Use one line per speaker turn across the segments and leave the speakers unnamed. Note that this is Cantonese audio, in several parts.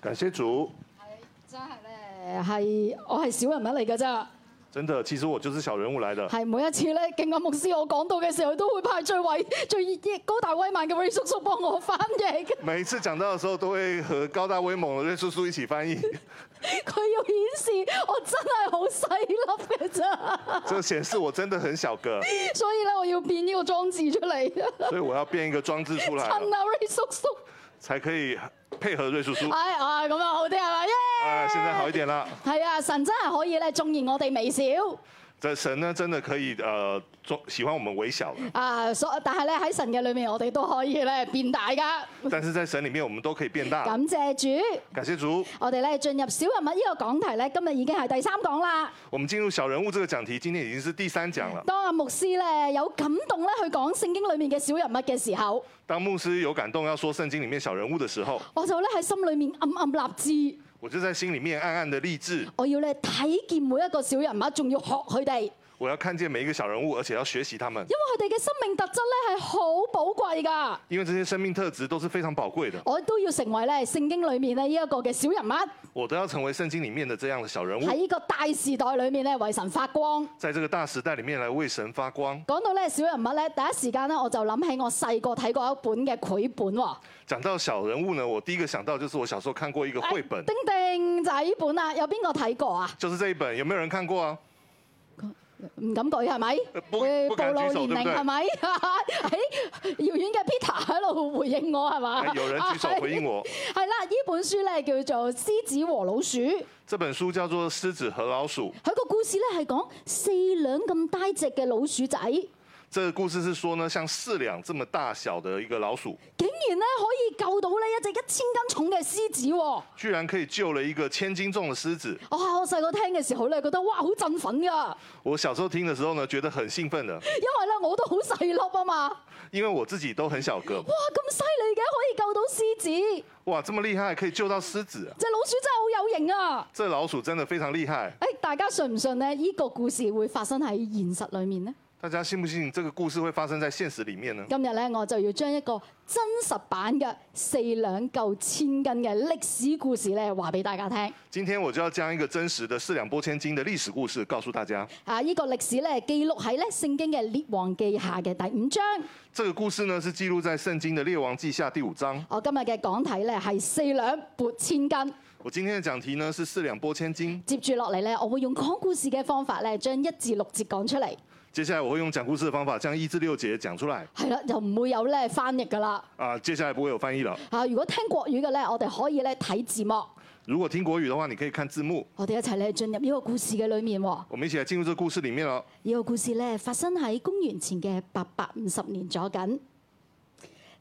感谢主，
真係咧係我係小人物嚟㗎咋，
真的，其实我就是小人物来的。
係每一次咧敬愛牧師我講到嘅時候，都會派最偉最高大威猛嘅 Ray 叔叔幫我翻譯嘅，
每一次講到的时候，都会和高大威猛的瑞叔叔一起翻 译，
佢要顯示我真係好細粒嘅咋，
这显示我真的很小个，
所以咧我要變呢個裝置出嚟，
所以我要變一個裝置出
襯
來了，
啊 Ray 叔叔，
才可以配合瑞叔叔。
哎啊咁啊好啲係咪？耶！
啊，現在好一點啦。
係啊，神真係可以咧縱然我哋微小。
这神呢，真的可以呃，中喜歡我們微 小的，
啊，所但係咧喺神嘅裏面，我哋都可以咧變大噶。
但是在神裡面，我們都可以變大。
感謝主，
感謝主，
我哋咧進入小人物呢個講題咧，今日已經係第三講啦。
我們進入小人物這個講題，今天已經是第三講了。
當阿牧師咧有感動咧去講聖經裏面嘅小人物嘅時候，
當牧師有感動要說聖經裡面小人物的時候，
我就咧喺心裏面暗暗立志，
我就在心裡面暗暗的立志，
我要咧睇見每一個小人物，仲要學佢哋，因
我要看見每一個小人物，而且要學習他們，
為佢哋嘅生命特質咧係好寶貴噶。
因為這些生命特質都是非常寶貴的。
我都要成為咧聖經裏面咧呢一個嘅小人物，
我都要成為聖經裡面的這樣的小人
喺
物，
呢個大時代裏面咧為神發光。
在這個大時代裡面來為神發光。
講到咧小人物咧，第一時間咧我就諗起我細個睇過一本嘅繪本喎，
講到小人物呢，我第一個想到就是我小時候看過一個
哎
繪本，
丁丁就係呢本啦，有邊個睇過啊？
就是這一本，有沒有人看過啊？
唔敢舉係咪
呃？不
會
不
暴
敢舉手
露年
對
齡
不對
係咪？ 喺遙遠嘅 Peter 喺度回應我係嘛？啊
哎有人舉手回應我。
係啦，呢本書咧叫做《獅子和老鼠》，
這本書叫做《獅子和老鼠》，
佢個故事咧係講四兩咁大隻嘅老鼠仔，竟
這個故事是說呢，像四兩這麼大小的一個老鼠，
然咧可以救到呢一隻一千斤重嘅獅子喎。啊
居然可以救了一個千斤重的獅子。
哇！我細個聽嘅時候咧，覺得哇好振奮㗎，
我小時候聽的時候呢，覺得很興奮
因為
的，
咧我都好細粒啊嘛。
因為我自己都很小個。
哇！咁犀利嘅，可以救到獅子，
哇，這麼厲害，可以救到獅子啊！
隻老鼠真係好有型啊！
這老鼠真的非常厲害。
誒、大家信唔信咧？呢、個故事會發生喺現實裏面呢？
大家信不信這個故事會發生在現實裡面呢？
今日咧，我就要將一個真實版嘅四兩夠千斤嘅歷史故事咧，話俾大家聽。
今天我就要將一個真實的四兩撥千斤的歷史故事告訴大家。
啊！呢、個歷史咧，記錄喺咧聖經嘅列王記下嘅第五章。
這個故事呢是記錄在聖經的列王記下第五章。
我哦今日嘅講題咧係四兩撥千斤。
我今天的講題呢是四兩撥千斤。
接住落嚟咧，我會用講故事嘅方法咧，將一至六節講出嚟。
接下來我會用講故事的方法將一至六節講出來。
係啦，就唔會有咧翻譯噶啦。
啊，接下來不會有翻譯了。
啊，如果聽國語嘅咧，我哋可以咧睇字幕。
如果聽國語的話，你可以看字幕。
我哋一齊咧進入呢個故事嘅裏面喎。
我們一起來進入這個故事裡面了。
呢個故事咧發生喺公元前嘅八百五十年左緊。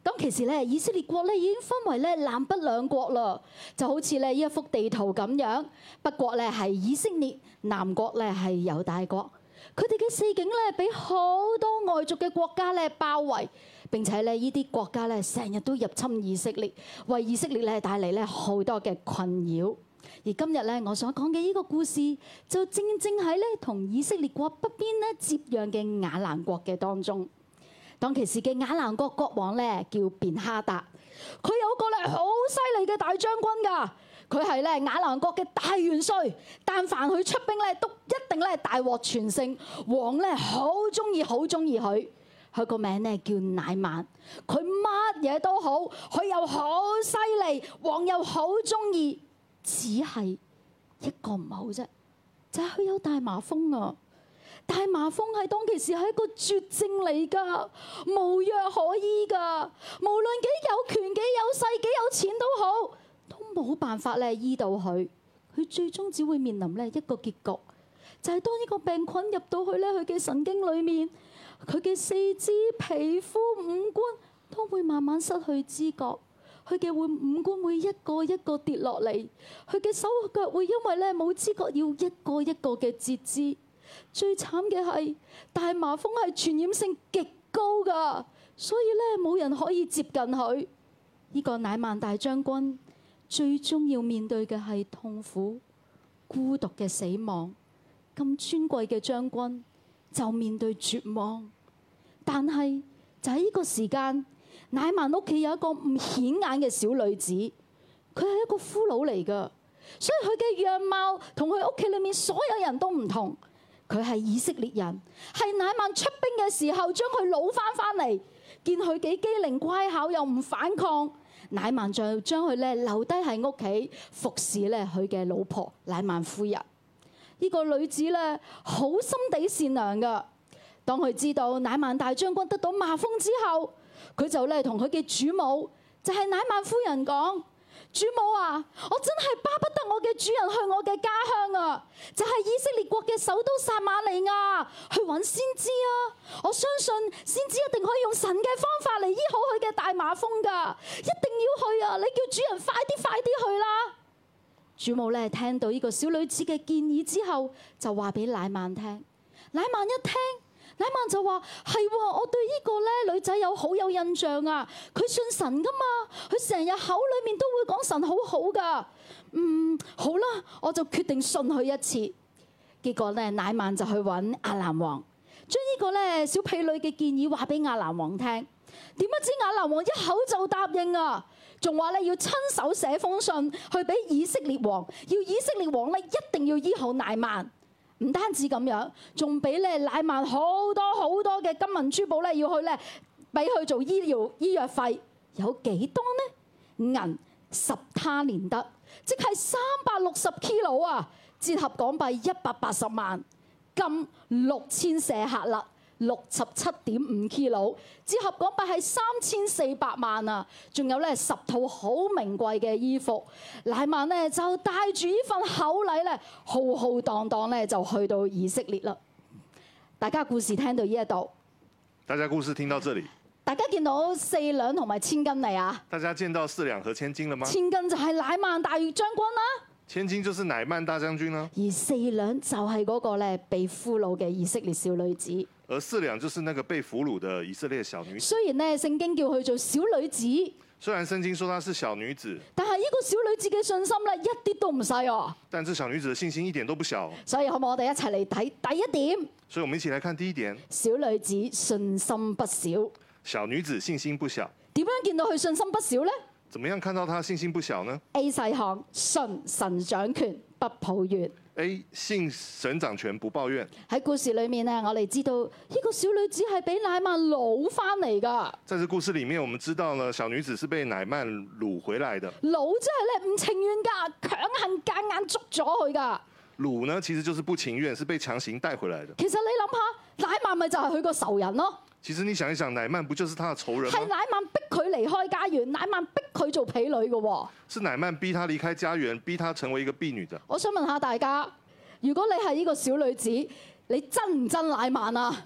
咁其實咧，以色列國咧已經分為咧南北兩國啦，就好似咧呢一幅地圖咁樣。北國咧係以色列，南國咧係猶大國。佢哋嘅四境咧，俾好多外族嘅國家咧包圍，並且咧呢啲國家咧成日都入侵以色列，為以色列咧帶嚟咧好多嘅困擾。而今日咧，我所講嘅呢個故事，就正正喺咧同以色列國北邊咧接壤嘅亞蘭國嘅當中。當其時嘅亞蘭國國王咧叫便哈達，佢有個咧好犀利嘅大將軍㗎，佢係咧亞蘭國嘅大元帥。但凡佢出兵咧，都一定咧大獲全勝。王咧好中意，好中意佢。佢個名咧叫乃曼，佢乜嘢都好，佢又好犀利，王又好中意，只係一個唔好啫，就係佢有大麻風啊！大麻風係當其時係一個絕症嚟㗎，無藥可醫㗎。無論幾有權、幾有勢、幾有錢都好，都冇辦法咧醫到佢。佢最終只會面臨咧一個結局，就係、當呢個病菌入到去咧佢嘅神經裡面，佢嘅四肢、皮膚、五官都會慢慢失去知覺。佢嘅會五官會一個一個跌落嚟，佢嘅手腳會因為咧冇知覺要一個一個嘅截肢。最慘嘅係大麻風係傳染性極高㗎，所以咧冇人可以接近佢。呢、個乃曼大將軍最終要面對嘅係痛苦、孤獨嘅死亡。咁尊貴嘅將軍就面對絕望，但係就喺呢個時間，乃曼屋企有一個唔顯眼嘅小女子，佢係一個俘虜嚟㗎，所以佢嘅樣貌同佢屋企裏面所有人都唔同。佢係以色列人，係乃曼出兵嘅時候將佢攞翻翻嚟，見佢幾機靈乖巧又唔反抗，乃曼就將佢咧留低喺屋企服侍咧佢嘅老婆乃曼夫人。呢個女子咧好心地善良噶。當佢知道乃曼大將軍得到馬蜂之後，佢就咧同佢嘅主母，就係、乃曼夫人講：主母啊，我真係巴不得我嘅主人去我嘅家鄉啊，就係、以色列國嘅首都撒瑪利亞去揾先知啊！我相信先知一定可以用神嘅方法嚟醫好佢嘅大馬蜂噶，一定要去啊！你叫主人快啲快啲去啦！主母咧聽到呢個小女子嘅建議之後，就話俾乃曼聽。乃曼一聽，乃曼就話：係喎，我對呢個咧女仔有好有印象啊！佢信神噶嘛，佢成日口裏面都會講神好好噶。嗯，好啦，我就決定信佢一次。結果咧，乃曼就去揾亞蘭王，將呢個咧小婢女嘅建議話俾亞蘭王聽。點不知亞蘭王一口就答應啊！仲話咧要親手寫封信去俾以色列王，要以色列王咧一定要醫好乃曼。唔單止咁樣，仲俾咧乃曼好多好多嘅金銀珠寶咧，要去咧俾佢做醫療醫藥費，有幾多呢？銀十他連得，即係三百六十 kilo 啊，折合港幣一百八十萬。金六千舍客勒，六十七點五 kilo，折合港幣係三千四百萬啊！仲有咧十套好名貴嘅衣服，乃曼呢就帶住呢份厚禮咧，浩浩蕩蕩咧就去到以色列啦。大家故事聽到呢一度，
大家故事听到这里，
大家見到四兩同埋千斤嚟啊！
大家见到四两和千金了吗？
千斤就係乃曼大將軍啦、
千金就是乃曼大将军呢、
而四兩就係嗰個咧被俘虜嘅以色列小女子。
而四两就是那个被俘虏的以色列小女子。
雖然咧聖經叫佢做小女子。
虽然圣经说她是小女子，
但係呢個小女子嘅信心咧，一啲都唔細哦。
但这小女子的信心一点都不小。
所以好唔好？我哋一齊嚟睇第一點，
所以我们一起来看第一点，
小女子信心不少。
小女子信心不小。
點樣見到佢信心不少呢
怎么样看到她信心不小呢
a 細項，信神掌權，不抱怨。
？A. 信神掌权不抱怨。
喺故事裏面咧，我哋知道呢、個小女子係俾乃曼攞翻嚟㗎。
在这故事里面，我们知道呢，小女子是被乃曼掳回来的。
攞即係咧唔情願㗎，強行夾硬捉咗佢㗎。
掳呢，其实就是不情愿，是被强行带回来的。
其實你諗下，乃曼咪就係佢個仇人咯，
其实你想一想，乃曼不就是他的仇人
係
吗？
乃曼逼佢離開家園，乃曼逼佢做婢女嘅喎。
是乃曼逼他离开家园，逼他成为一个婢女的。
我想問下大家，如果你係呢個小女子，你憎唔憎乃曼啊？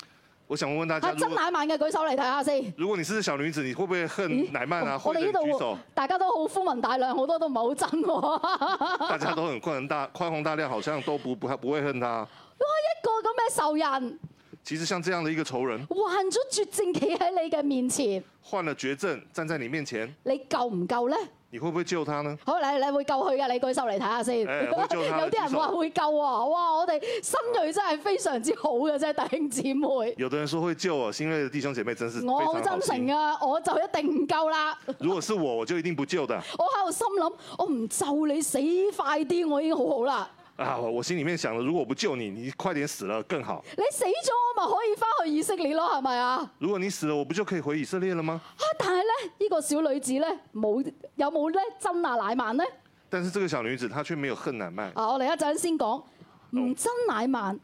我想问问大家，
係
如
憎
果
乃曼嘅舉手嚟睇下先。
如果你是小女子，你会不会恨乃曼啊？
我
或
我
者
哋呢
举手
度，大家都好寬宏大量，好多都唔係好憎 喎。
大家都很宽宏大宽宏大量，好像都不不不会恨啊他。
一個咁嘅仇人，
其实像这样的一个仇人，
患咗絕症企喺你嘅面前，
患了绝症，站在你面前，
你救唔救咧？
你会不会救他呢？
好，你你會救佢嘅，你舉手嚟睇下先。
誒 會救下
有啲人話會救喎，哇！我哋新鋭真係非常之好嘅啫，弟兄姊妹。
有的人说会救我，新锐的弟兄姐妹真是非
我好
常
真
好心
誠。啊，我就一定唔救啦。
如果是我，我就一定不救的
我喺度心諗，我唔就你死快啲，我已經好好啦。
啊！我我心里面想的，如果我不救你，你快点死了更好。
你死咗，我咪可以翻去以色列咯，係咪啊？啊！
如果你死了，我不就可以回以色列了吗？
但係咧，呢、個小女子咧，冇有冇咧真啊乃曼咧？
但是这个小女子她却没有恨乃曼。
啊，我哋一陣先講唔真乃曼，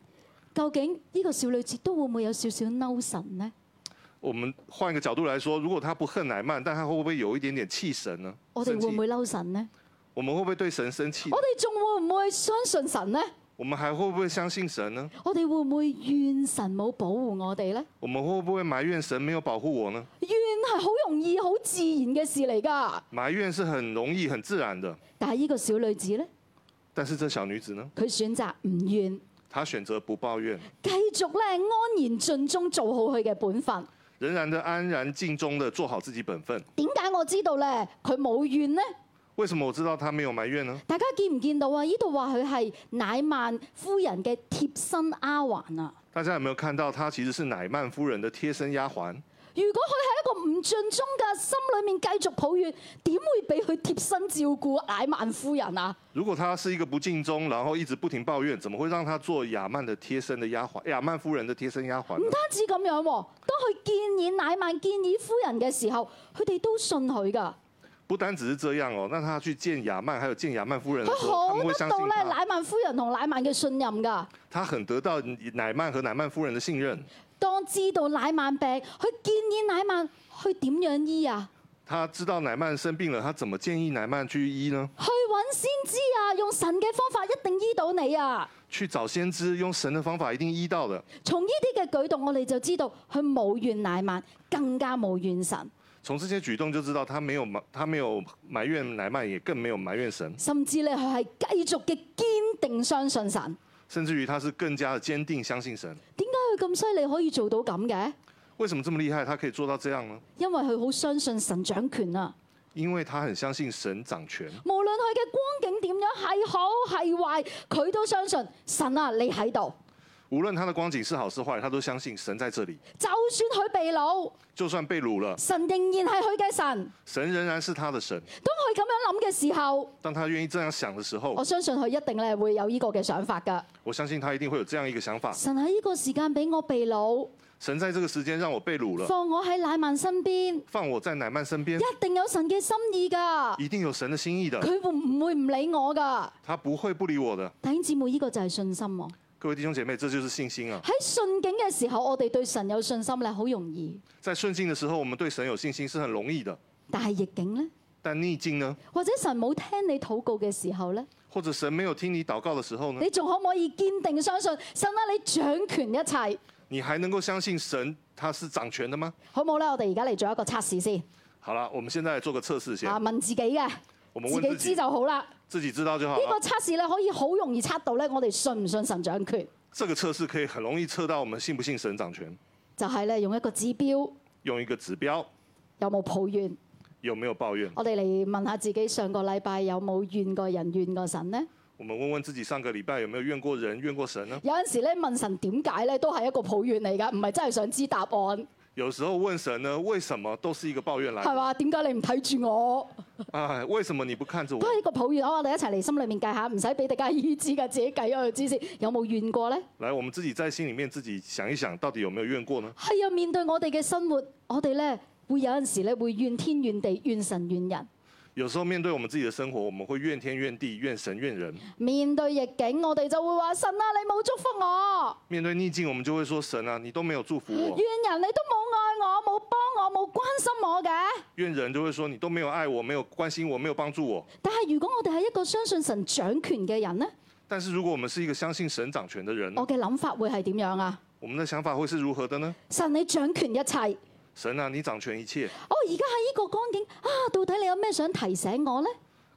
究竟呢個小女子都會唔會有少少嬲神呢？
我们换一个角度来说，如果她不恨乃曼，但她会不会有一点点气神呢？
我哋會唔
生
會
气
嬲神呢？
我们会不会对神生气
我？哋仲會唔會相信神呢？
我们还会不会相信神呢？
我哋會唔會怨神冇保護我哋呢？
我们会不会埋怨神没有保护我呢？
怨係好容易、好自然嘅事嚟㗎。
埋怨是很容易、很自然的。
但係呢個小女子呢，
但是这小女子呢，
佢選擇唔怨。
她选择不抱怨，
繼續咧安然盡忠做好佢嘅本分。
仍然的安然尽忠的做好自己本分。
點解我知道咧佢冇怨呢？
为什么我知道她没有埋怨呢？
大家見唔見到啊？呢度話佢係乃曼夫人嘅貼身丫鬟啊！
大家有没有看到，她其实是乃曼夫人的贴身丫鬟？
如果佢係一個唔盡忠嘅，心裏面繼續抱怨，點會俾佢貼身照顧乃曼夫人啊？
如果他是一个不尽忠，然后一直不停抱怨，怎么会让他做亚曼的贴身的丫鬟，亚曼夫人的贴身丫鬟
唔
呢？
單止咁樣喎，當佢建議乃曼建議夫人嘅時候，佢哋都信佢㗎。
不单只是这样哦，那他去见亚曼，还有见亚曼夫人的
佢
时候，他
好
们会
得
相
到
信
咧
他。
乃曼夫人同乃曼嘅信任㗎。
他很得到乃曼和乃曼夫人的信任。
當知道乃曼病，佢建議乃曼去點樣醫啊？
他知道乃曼生病了，他怎么建议乃曼去医呢？
去揾先知啊！用神嘅方法一定醫到你啊！
去找先知，用神的方法一定医到的。
從呢啲嘅舉動，我哋就知道佢無怨乃曼，更加無怨神，
从这些举动就知道他没有埋，他没有埋怨乃曼，也更没有埋怨神，
甚至咧佢係繼續嘅堅定相信神。
甚至于他是更加的坚定相信神。
點解佢咁犀利可以做到咁嘅？
为什么这么厉害？他可以做到这样呢？
因為佢好相信神掌權啊！
因为他很相信神掌权，
無論佢嘅光景點樣係好係壞，佢都相信神啊！你喺度，
无论他的光景是好是坏，他都相信神在这里。
就算佢被擄，
就算被掳了，
神仍然係佢嘅神。
神仍然是他的神。
當佢咁樣諗嘅時候，
当他愿意这样想的时
我
候，
相信佢一定咧會有呢個嘅想法㗎。
我相信他一定会有这样一个想法：
神喺呢個時間俾我被擄，
神在这个时间让我被掳了，
放我喺乃曼身邊，
放我在乃曼身边，
一定有神嘅心意㗎。
一定有神的心意的。
佢會唔會唔理我㗎？
他不会不理我的。
弟兄姊妹，呢、個就係信心喎。
各位弟兄姐妹，这就是信心啊！
喺順境嘅時候，我哋對神有信心咧，好容易。
在顺境的时候，我们对神有信心是很容易的。
但係逆境呢？
但逆境呢，
或者神冇聽你禱告嘅時候呢？
或者神没有听你祷告的时候呢，
你仲可唔可以堅定相信神啊？你掌權一切，
你还能够相信神他是掌权的吗？
好冇咧？我哋而家嚟做一個測試先，
好了，我们现在来做个测试先
啊，，問自己嘅，
我们
自
问
己
自
知
己，啊
就好啦。
自己知道就好
呢個
了。
測試咧，可以好容易測到咧，我哋信唔信神掌權，
这个测试可以很容易测到我们信不信神掌权，
就係咧用一個指標
用一个指标
有冇抱怨。
有没有抱怨。
我哋嚟問下自己，上個禮拜有冇怨過人、怨過神呢？
我们问问自己，上个礼拜有没有怨过人、怨过神呢？
有陣時咧問神點解咧，都係一個抱怨嚟㗎，唔係真係想知答案，係
有时候问神呢，为什么都是一个抱怨来的？
嘛？點解你唔睇住我？
哎，为什么你不看着我
都？係一個抱怨。啊好我哋一齊嚟心裏面計下，唔使俾大家醫知㗎，自己計咗佢知先，有冇怨過呢？
来，我们自己在心里面自己想一想，到底有没有怨过呢？
係啊，面對我哋嘅生活，我哋咧會有陣時咧會怨天怨地、怨神怨人。
有时候面对我们自己的生活，我们會怨天怨地、怨神怨人；
面對逆境，我哋就會話神啊，你冇祝福我，
面对逆境，我们就会说：“神啊，你都没有祝福 我。
怨人你都冇愛我，冇幫我，冇關心我嘅。”
怨人就会说：“你都没有愛我，没有關心我，没有幫助我。
但係如果我哋係一個相信神掌權嘅人呢，”
但是如果我們是一個相信神掌權的人，
我嘅諗法會係點樣啊？
我們的想法會是如何的呢？
神你掌權一切，我
神啊，你掌權一切
而家喺呢個光景啊，到底你有咩想提醒我呢？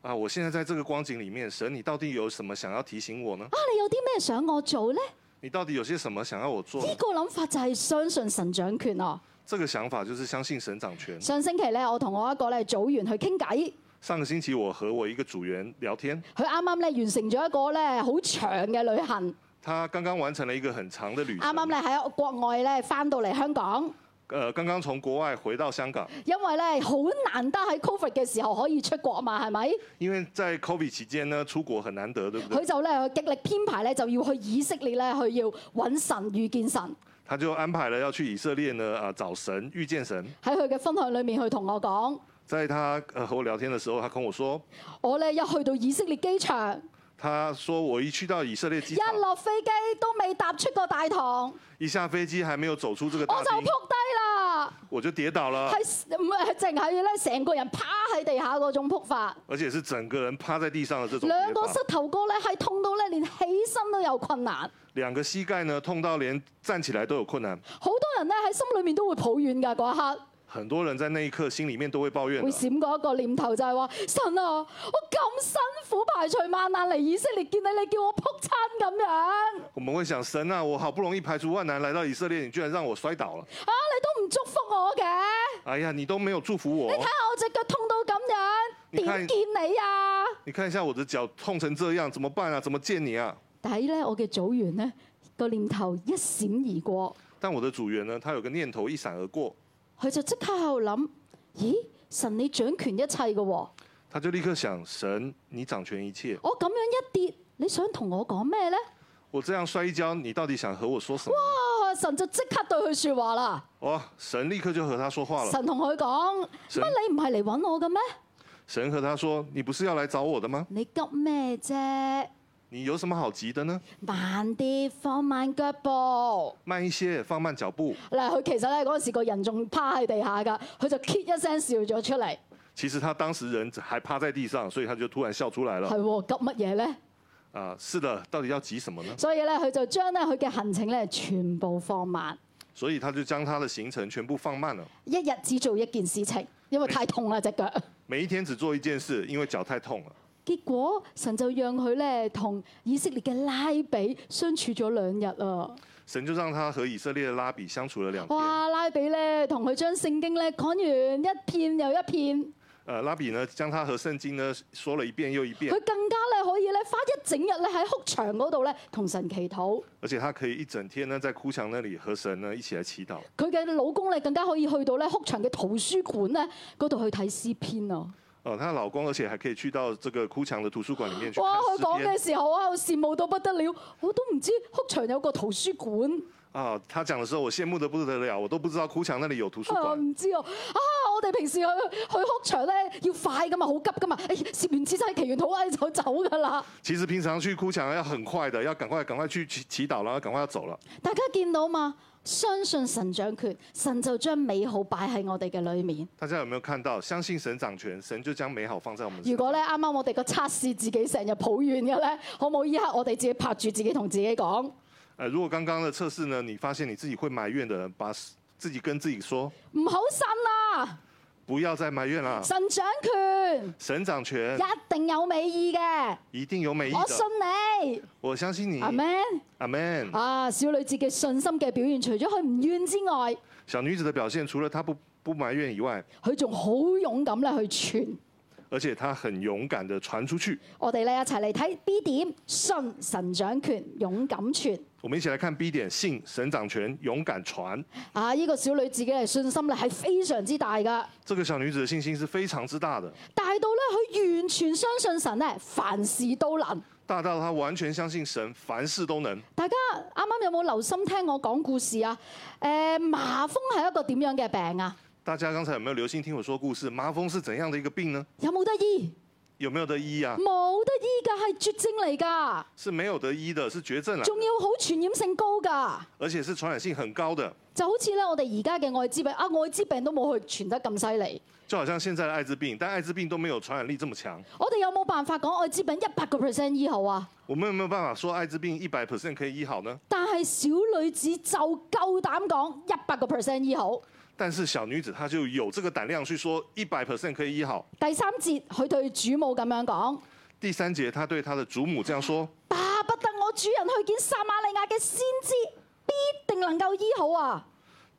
啊！我現在在這個光景裡面，神，你到底有什麼想要提醒我呢？
啊，你有啲咩想我做呢？
你到底有些什麼想要我做呢
呢、？個諗法就係相信神掌權哦。
这个想法就是相信神掌權。
上星期呢，我同我一個咧組員去傾偈，
上個星期我和我一個組員聊天，
佢啱啱咧完成咗一個咧好長嘅旅行，
他剛剛完成了一個很長的旅
啱啱
程，
咧喺國外咧翻到嚟香港。
呃，剛剛從國外回到香港。
因為咧好難得喺 Covid 嘅時候可以出國嘛，係咪？
因為在 COVID 期間呢，出國很難得，對不對？
佢就咧極力編排咧，就要去以色列咧，去要揾神遇見神。
他就安排了要去以色列呢，啊，找神遇見神。
喺佢嘅分享裏面，佢同我講：
在他呃和我聊天的時候，他跟我說，
我咧一去到以色列機場，
他說我一去到以色列機場
一，落飛機都未踏出個大堂，
一下飛機還沒有走出這個
我
大啊
就撲
廳，
低啦，
我就跌倒了，
係唔係淨係咧成個人趴喺地下嗰種撲法，
而且是整個人趴在地上的這種
兩
跌
個膝
法。
頭哥咧係痛到咧連起身都有困難。
兩個膝蓋呢痛到連站起來都有困難，
好多人咧喺心裏面都會抱怨㗎嗰一刻。
很多人在那一刻心裡面都會抱怨
會
的。
閃過一個念頭，就係話：神啊，我咁辛苦排除萬難嚟以色列見你，你叫我撲親咁樣，啊
我們會想，神啊，我好不容易排除萬難來到以色列，你居然讓我摔倒了。
你都唔祝福我嘅，
哎呀，你都沒有祝福
你睇
我。
下我只腳痛到咁樣，
你
點
睇
見你啊？
你看一下我的腳痛成這樣，怎麼辦啊？怎麼見你啊？
但係咧，我嘅組員咧個念頭一閃而過，
但我的組員呢，他有個念頭一閃而過，
佢就即刻喺度諗：咦，神你掌權一切嘅喎，我
他就立刻想：神，你掌權一切，
咁樣一跌，你想同我講咩呢？
我这样摔一跤，你到底想和我说什么？
啊！神就即刻對佢説話啦。
哦，神立刻就和他说话了。
神同佢講：
神
乜你唔係嚟揾我嘅咩？
神和他说：你不是要来找我的吗？
你急咩啫？
你有什么好急的呢？
慢啲，放慢腳步。
慢一些，放慢脚步。
嗱，佢其實咧嗰陣時個人仲趴喺地下㗎，佢就 k 一聲笑咗出嚟，
其實他當時人還趴在地上，所以他就突然笑出來了。
係喎，急乜嘢咧？
啊，是的，到底要急什么呢？
所以咧，佢就將咧佢嘅行程咧全部放慢，
所以他就將他的行程全部放慢了，
一日只做一件事情，因為太痛啦只腳。
每一天只做一件事，因為腳太痛了。
結果神就讓佢咧同以色列嘅拉比相處咗兩日啊！
神就讓他和以色列的拉比相處了兩天。
哇，拉比咧同佢將聖經咧講完一遍又一遍，
呃，拉比呢，將他和聖經呢說了一遍又一遍
佢，更加咧可以咧花一整日咧喺哭牆嗰度咧同神祈禱。
而且他可以一整天呢在哭牆那裡和神呢一起來祈禱。
佢嘅老公咧更加可以去到咧哭牆嘅圖書館咧嗰度去睇詩篇啊！
哦，她老公，而且還可以去到這個哭牆的圖書館裡面去看
哇！佢
詩
講
篇
嘅時候啊，我羨慕到不得了，我都唔知哭牆有個圖書館，
啊。他講的時候，我羨慕得不得了，我都不知道哭牆那裡有圖書
啊我
館。
唔知啊！啊，我哋平時去去哭牆咧要快噶嘛，好急噶嘛，哎，攝完紙仔祈完禱哎就走噶啦。
其實平常去哭牆要很快的，要趕快趕快去祈祈禱，然後趕快要走了。
大家見到嘛？相信神掌權，神就將美好擺喺我哋嘅裏面。
大家有沒有看到？相信神掌權，神就將美好放在我們身
如
上。
果咧啱啱我哋個測試自己成日抱怨嘅咧，可唔可以一刻我哋自己拍住自己同自己講？
呃，如果剛剛的測試呢，你發現你自己會埋怨的人，把自己跟自己說，
唔好啊信啦，
不要再埋怨啦，
神掌權，
神掌權，
一定有美意嘅，
一定嗯有美意嗯
我
的。
信
我相信
你，
你
阿，Man
阿 man。
啊，小女子嘅信心嘅表現，除咗佢唔怨之外，
小女子的表現，除了她不不埋怨以外，
佢仲好勇敢咧去傳。
而且她很勇敢地傳出去。
我哋咧一齊嚟睇 B 點，信神掌權，勇敢傳。
我們一起來看 B 點，信神掌權，勇敢傳。
啊！呢、個小女子嘅信心咧係非常之大噶，
這個小女子的信心是非常之大的，
大到咧佢完全相信神咧，凡事都能。
大到她完全相信神，凡事都能。
大家啱啱有冇留心聽我講故事啊？誒、麻風係一個點樣嘅病啊？
大家剛才有沒有留心聽我說故事？麻風是怎樣的一個病呢？
有冇得醫？
有沒有得醫啊？
冇得醫㗎，係絕症嚟㗎，
是沒有得醫的，是絕症啦，
仲要好傳染性高㗎。
而且是傳染性很高的，
就好似咧，我哋而家嘅艾滋病啊，艾滋病都冇佢傳得咁犀利。
就好像現在的艾滋病，但艾滋病都沒有傳染力這麼強。
我哋有冇辦法講艾滋病一百個 percent 醫好啊？
我們有沒有辦法說艾滋病一百 percent 可以醫好呢？
但係小女子就夠膽講一百個 percent 醫好。
但是小女子她就有這個膽量去說一百 percent 可以醫好。
第三節，佢對主母咁樣講：
第三節，她對她的祖母這樣說
巴不得我主人去見撒瑪利亞嘅先知，必定能夠醫好啊！：“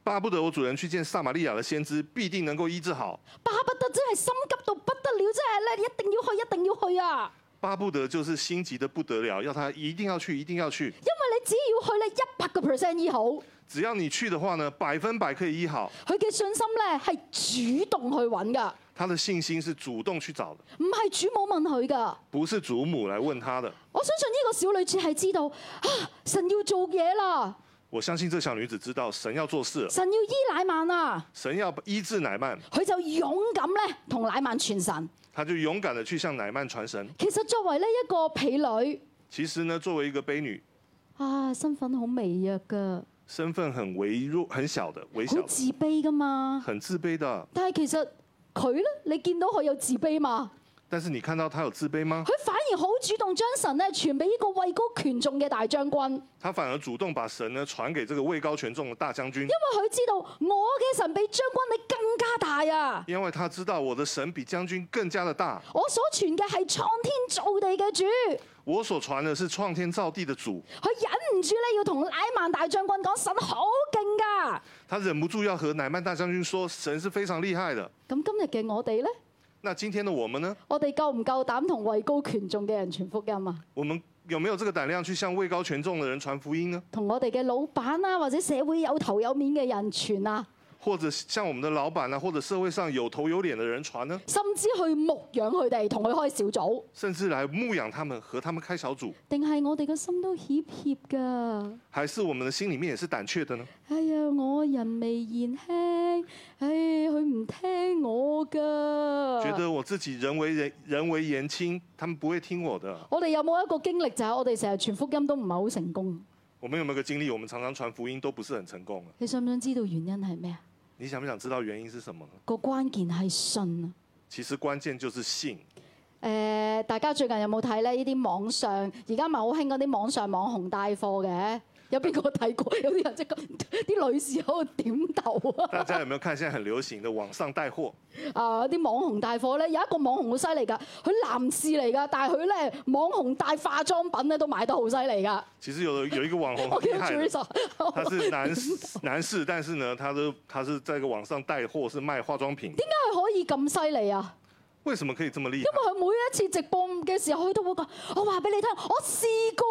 巴不得我主人去見撒瑪利亞的先知，必定能夠醫治好。
巴不得真係心急到不得了，真係咧一定要去，一定要去啊！
巴不得就是心急得不得了，要她一定要去，一定要去。
因為你只要去咧一百個 percent 醫好，
只要你去的話呢，百分百可以醫好。
佢嘅信心咧係主動去揾噶，
她的信心是主動去找的，
唔係主母問佢噶。
不是祖母來問她的。
我相信呢個小女子係知道啊，神要做嘢啦，
我相信這小女子知道神要做事了，
神要醫乃曼啊，
神要醫治乃曼，
佢就勇敢咧同乃曼傳神。
她就勇敢的去向乃曼傳神。
其實作為呢一個婢女。
其實呢，作為一個婢女，
啊，身份好微弱噶，
身份很微弱、很小的、微小
好
的、
自卑噶嘛。
很自卑的。
但係其實佢咧，你見到佢有自卑嘛？
但是你看到她有自卑嗎
佢？反而好主動將神咧傳俾呢個位高權重嘅大將軍，因為
她反而主動把神呢傳給這個位高權重的大將軍，
啊佢知道我嘅神比將軍你更加大啊！
因為她知道我的神比將軍更加的大。
我所傳嘅係創天造地嘅主，
我所傳的是創天造地的主。
佢忍唔住咧要同乃曼大將軍講神好勁噶。
她忍不住要和乃曼大將軍說，神是非常厲害的。
咁今日嘅我哋咧，
那今天的我們呢？
我哋夠唔夠膽同位高權重嘅人傳福音啊？
我們有沒有這個膽量去向位高權重的人傳福音呢？
同我哋嘅老闆啊，或者社會有頭有面嘅人傳啊，
或者像我们的老板啊，或者社会上有头有脸的人传呢，
甚至去牧養佢哋，同佢開小組，
甚至来牧养他们，和他们开小组，
定係我哋個心都怯怯㗎。
还是我们的心里面也是胆怯的呢？
哎呀，我人微言輕，唉、哎佢唔聽我㗎。
觉得我自己人为人人为言轻，他们不会听我的。
我哋有冇一個經歷就係、我哋成日傳福音都唔係好成功？
我们有没有个经历？我们常常传福音都不是很成功啊
你想唔想知道原因係咩啊？
你想不想知道原因是什么呢？
個關鍵係信啊！
其实关键就是 信。
誒、呃大家最近有冇睇咧？呢啲網上而家咪好興嗰啲網上網紅帶貨嘅， 有邊個睇過？有啲人即係咁 啲女士喺度點頭啊！
大家有没有看现在很流行的网上带货？
啊！啲網紅帶貨咧，有一個網紅好犀利㗎，佢男士嚟㗎，但係佢咧網紅帶化妝品咧都賣得好犀利㗎。
其实 有的有一个網紅
我
很厲
見到
害的，
Teresa，
他是男士男士，但是呢，他都他是在一个網上帶貨，是賣化妝品。
佢可以咁犀利啊！
為什麼可以這麼厲
因
害？
為佢每一次直播嘅時候，佢都會講：我話俾你聽，我試過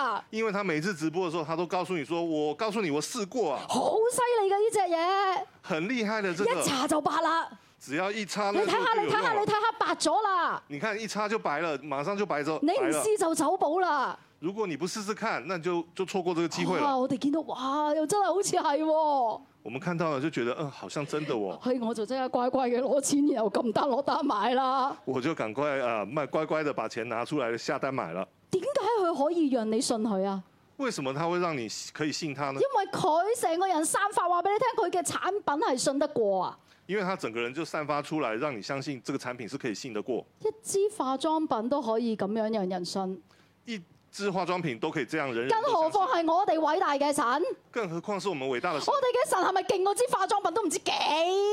啊，
因為他每次直播的時候，他都告訴你說：“我告訴你，我試過啊，
好犀利㗎呢
很厲害的這
只嘢，一
個，
搽就白啦。
只要一擦
你
嗯呢
睇
就就
下，
有
你睇
用
下，你
了。
睇下白咗啦，
你看一擦就白了，馬上就白咗
你唔
白了。
試就走寶啦。
如果你不試試看，那就就錯過這個機會
啊
了。
我哋見到哇，又真係好似係喎。
我們看到了就覺得，嗯，好像真的哦，
嘿，我就真係乖乖嘅攞錢，然後撳單攞單買啦。
我就趕快啊，呃賣乖乖的把錢拿出來下單買了。
點解佢可以讓你信佢啊？
為什麼他會讓你可以信他呢
因？為佢成個人散發話俾你聽，佢嘅產品係信得過啊！
因為他整個人就散發出來，讓你相信這個產品是可以信得過。
一支化妝品都可以咁樣讓人信，
一支化妝品都可以這樣，人人
更
都
何
相信
況係我哋偉大嘅神。我
更何況是我們偉大的神。
哋嘅神係咪勁過支化妝品都唔知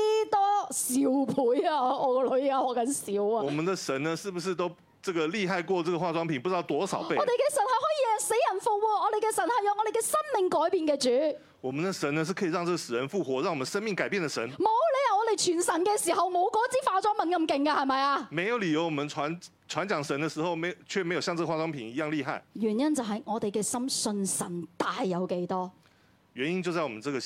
幾多兆倍啊！我我個女啊，學緊笑啊！
我們的神呢，是不是都這個厲害過這個化妝品不知道多少倍
我？哋嘅神係可以讓死人復活，我哋嘅神係讓我哋嘅生命改變嘅主。
我們的神呢，是可以讓這個死人復活，讓我們生命改變的神。
冇理由我哋傳神嘅時候冇嗰支化妝品咁勁㗎，係咪啊？
沒有理由我們傳傳講神的時候，沒卻沒有像這個化妝品一樣厲害。
原因就係我哋嘅心信神大有幾多。
原因就在我們這個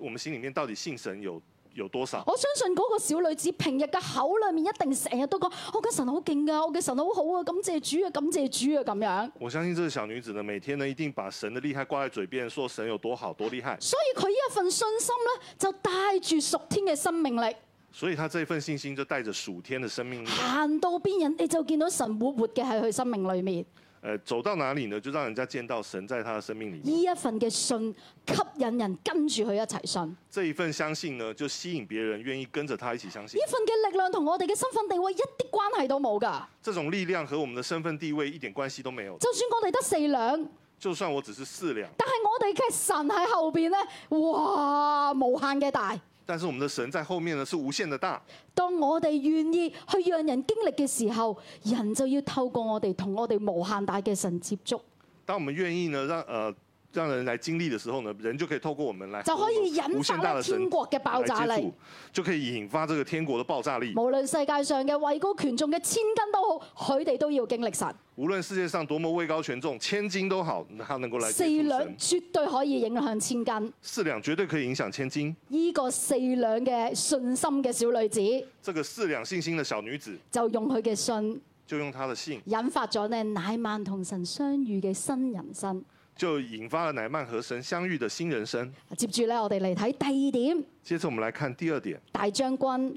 我們心裡面到底信神有有多少？
我相信嗰個小女子平日嘅口裏面一定成日都講：我嘅神好勁㗎，我嘅神好好啊，感謝主啊，感謝主啊咁樣。
我相信這個小女子呢，每天呢一定把神的厲害掛在嘴邊，說神有多好多厲害。
所以佢呢一份信心咧，就帶住屬天嘅生命力，
所以她這份信心就帶着屬天的生命力，
行到邊人你就見到神活活嘅喺佢生命裏面。
呃，走到哪裡呢，就讓人家見到神在她的生命裡面。
呢一份嘅信吸引人跟住佢一齊信，呢
这一份相信呢，就吸引別人願意跟着他一起相信。
份嘅力量同我哋嘅身份地位一啲關係都冇㗎。
这種力量和我們的身份地位一點關係都沒有。
就算我哋得四兩，
就算我只是四兩，
但係我哋嘅神喺後邊咧，哇，無限嘅大。
但是我們的神在後面呢是無限的大。
當我哋願意去讓人經歷嘅時候，人就要透過我哋同我哋無限大嘅神接觸，
當我們願意呢，讓呃讓人來經歷的時候呢，人就可以透過我們來
就可以
無
引
限大
發
的
咧
神
天國嘅爆炸
來接
力
觸。，就可以引發這個天國的爆炸力。
無論世界上嘅位高權重嘅千斤都好，佢哋都要經歷神。
無論世界上多麼位高權重，千金都好，他能夠來接
四
觸
兩
神。
絕對可以影響千斤。
四兩絕對可以影響千金。
呢、個四兩嘅信心嘅小女子，
這個四兩信心的小女子，
就用佢嘅信
就用她的信，
引發咗咧乃曼同神相遇嘅新人生。
就引發了乃曼和神相遇的新人生。
接住咧，我哋嚟睇第二點，
接着我們來看第二點，
大將軍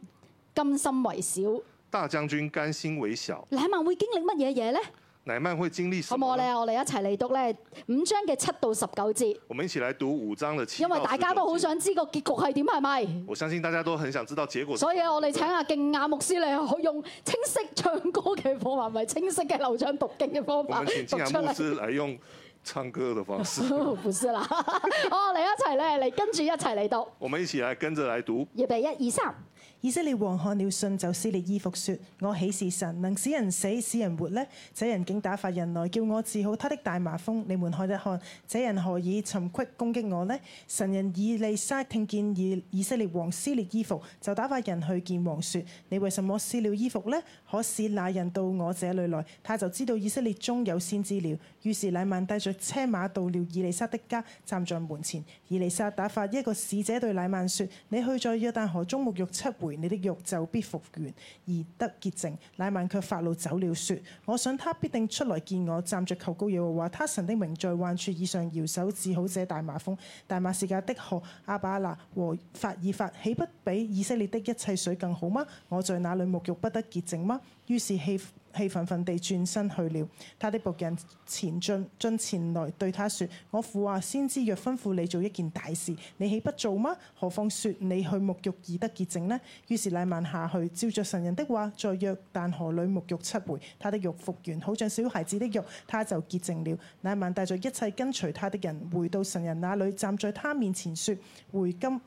甘心為小。
大將軍甘心為小，
乃曼會經歷乜嘢嘢咧？
乃曼會經歷什
好唔好
麼
啊咧？
呢？
我哋一齊嚟讀咧五章嘅七到十九節，
我們一起來讀五章的七
因
到
為大家都好
19節，
想知個結局係點，係咪？
我相信大家都很想知道結果是。
所以我哋請阿敬雅牧師嚟用清晰唱歌嘅方法，唔係清晰嘅流暢讀經嘅方
我
法
們請
讀
靜雅
出
牧師
嚟。
來用唱歌的方 式，
唔是啦，我哋一齊咧嚟跟住一齊嚟讀，
我們一起來跟着來讀。
預備一二三。
以色列王看了信，就撕裂衣服，說：我豈是神，能使人死，使人活呢？這人竟打發人來，叫我治好他的大麻風。你們看一看，這人何以尋隙攻擊我呢？神人以利沙聽見以以色列王撕裂衣服，就打發人去見王說：你為什麼撕了衣服呢？可使那人到我這裏來，他就知道以色列中有先知了。於是乃曼帶着車馬到了以利沙的家，站在門前。以利沙打發一個使者對乃曼說：你去在約旦河中沐浴七回，你的肉就必復原而得潔淨。乃曼卻發怒走了，說：我想他必定出來見我，站着求告耶和華他神的名，在患處以上搖手治好這大麻風。大馬士革的河阿巴拿和法爾法，豈不比以色列的一切水更好嗎？我在那裏沐浴不得潔淨嗎？於是氣氣憤憤地轉身去了。他的僕人前進進前來對他說：我父啊，先知若吩咐你做一件大事，你豈不做嗎？何況說你去沐浴而得潔淨呢？於是乃曼下去，照着神人的話，在約但河裏沐浴七回，他的肉復原，好像小孩子的肉，他就潔淨了。乃曼帶着一切跟隨他的人，回到神人那裏，站在他面前說：回今。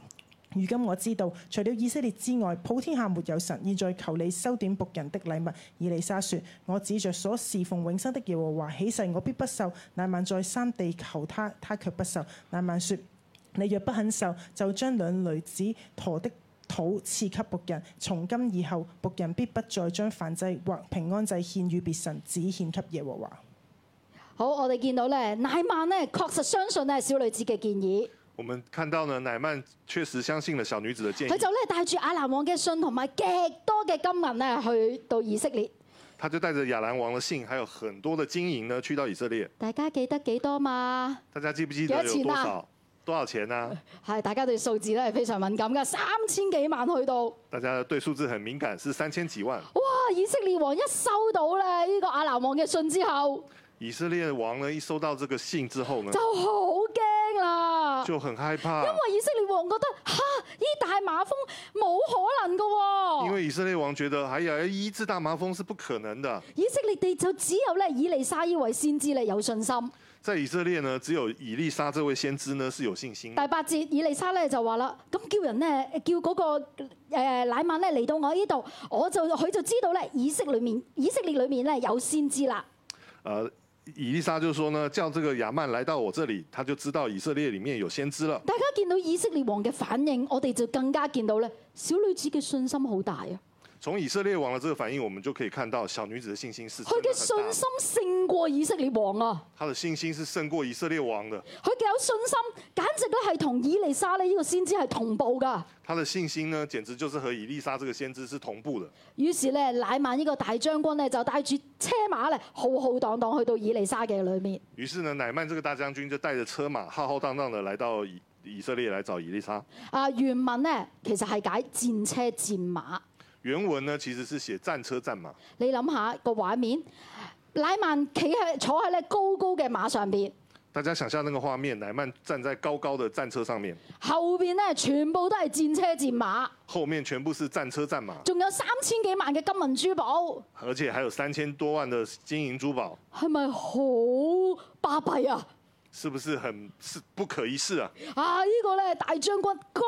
如今我知道，除了以色列之外，普天下沒有神。現在求你收點僕人的禮物。以利沙說：我指着所侍奉永生的耶和華起誓，我必不受。乃曼再三地求他，他卻不受。乃曼說：你若不肯受，就將兩驢子馱的土賜給僕人，從今以後，僕人必不再將燔祭或平安祭獻與別神，只獻給耶和華。
好，我哋見到咧，乃曼咧確實相信咧小女子嘅建議，
我们看到呢，乃曼确实相信了小女子的建
佢
议，
就咧帶住亞蘭王嘅信同埋極多嘅金銀咧去到以色列。
他就带着亚兰王的信，还有很多的金银呢，去到以色列。
大家記得幾多嘛？
大家记不记得有
几多
多
钱啊
少多少钱呢、
係大家對數字咧係非常敏感噶，三千幾萬去到，哇！
大家对数字很敏感，是三千几万。
以色列王一收到咧呢個亞蘭王嘅信之後，
以色列王呢，一收到这个信之后呢
就，好驚啦，
就很害怕
因，為以色列王覺得吓，呢大馬蜂冇可能噶喎，
因为以色列王觉得，哎呀，要医治大麻风是不可能的。
以色列地就只有咧以利沙呢位先知咧有信心。
在以色列呢，只有以利沙这位先知呢是有信心的。
第八節，以利沙咧就話啦，咁叫人咧叫嗰、個誒乃曼咧嚟到我呢度，我就佢就知道咧以色裏面以色列裏面咧有先知啦。
呃，以利沙就说呢，叫这个亚曼来到我这里，他就知道以色列里面有先知了。
大家見到以色列王嘅反應，我哋就更加見到咧小女子嘅信心好大啊！
从以色列王的这个反应，我们就可以看到小女子的信心是真的很
佢嘅
大
信
的
心勝過以色列王啊！
她的信心是胜过以色列王的，
佢嘅有信心，簡直咧係同以利沙呢呢個先知係同步噶。
她的信心呢，簡直就是和以利沙这个先知是同步的。
於是咧，乃曼呢個大將軍咧就帶住車馬咧，浩浩蕩蕩去到以利沙嘅裏面。
于是呢，乃曼这个大将军就带着车马，浩浩荡荡的来到以以色列来找以利沙。
啊，原文咧其實係解戰車戰馬。
原文呢其实是写战车战马，
你諗下個畫面，乃曼企喺坐喺咧高高嘅馬上邊，
大家想象那个画面，乃曼站在高高的战车上面，
後邊咧全部都係戰車戰馬，
后面全部是战车战马，
仲有三千幾萬嘅金銀珠寶，
而且还有三千多万的金银珠宝，
係咪好巴閉啊？
是不是很是不可一世啊？
啊！呢、個咧大將軍高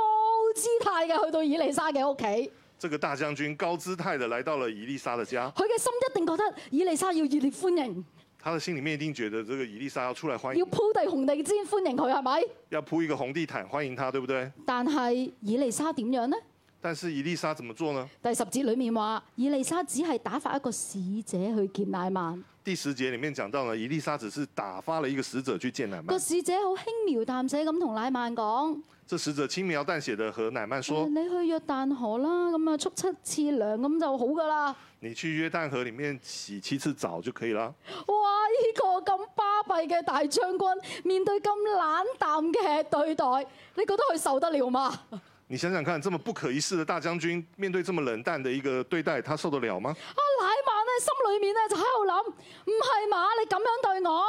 姿態嘅去到以利沙嘅屋企，佢
这个大将军高姿态的来到了以利沙的家，
嘅心一定覺得以利沙要熱烈歡迎，
他的心里面一定觉得这个以利沙要出来欢
要
迎，
鋪地紅地氈歡迎佢係咪？
要铺一个红地毯欢迎他，对不对？
但係以利沙點樣呢？
但是以利沙怎么做呢？
第十節裡面話，以利沙只係打發一個使者去見乃曼，
第十节里面讲到呢，以利沙只是打发了一个使者去见乃
個
曼，
使者好輕描淡寫咁同乃曼講：
这使者轻描淡写的和乃曼
誒
说
你去約旦河啦，咁啊捉七次糧咁就好噶啦。：“
你去约旦河里面洗七次澡就可以了。
哇！呢、個咁巴閉嘅大將軍，面對咁冷淡嘅對待，你覺得佢受得了啊嗎？”
你想想看，这么不可一世的大将军，面对这么冷淡的一个对待，他受得了吗？
阿乃曼咧心裏面咧就喺度諗，唔係嘛？你咁樣對我，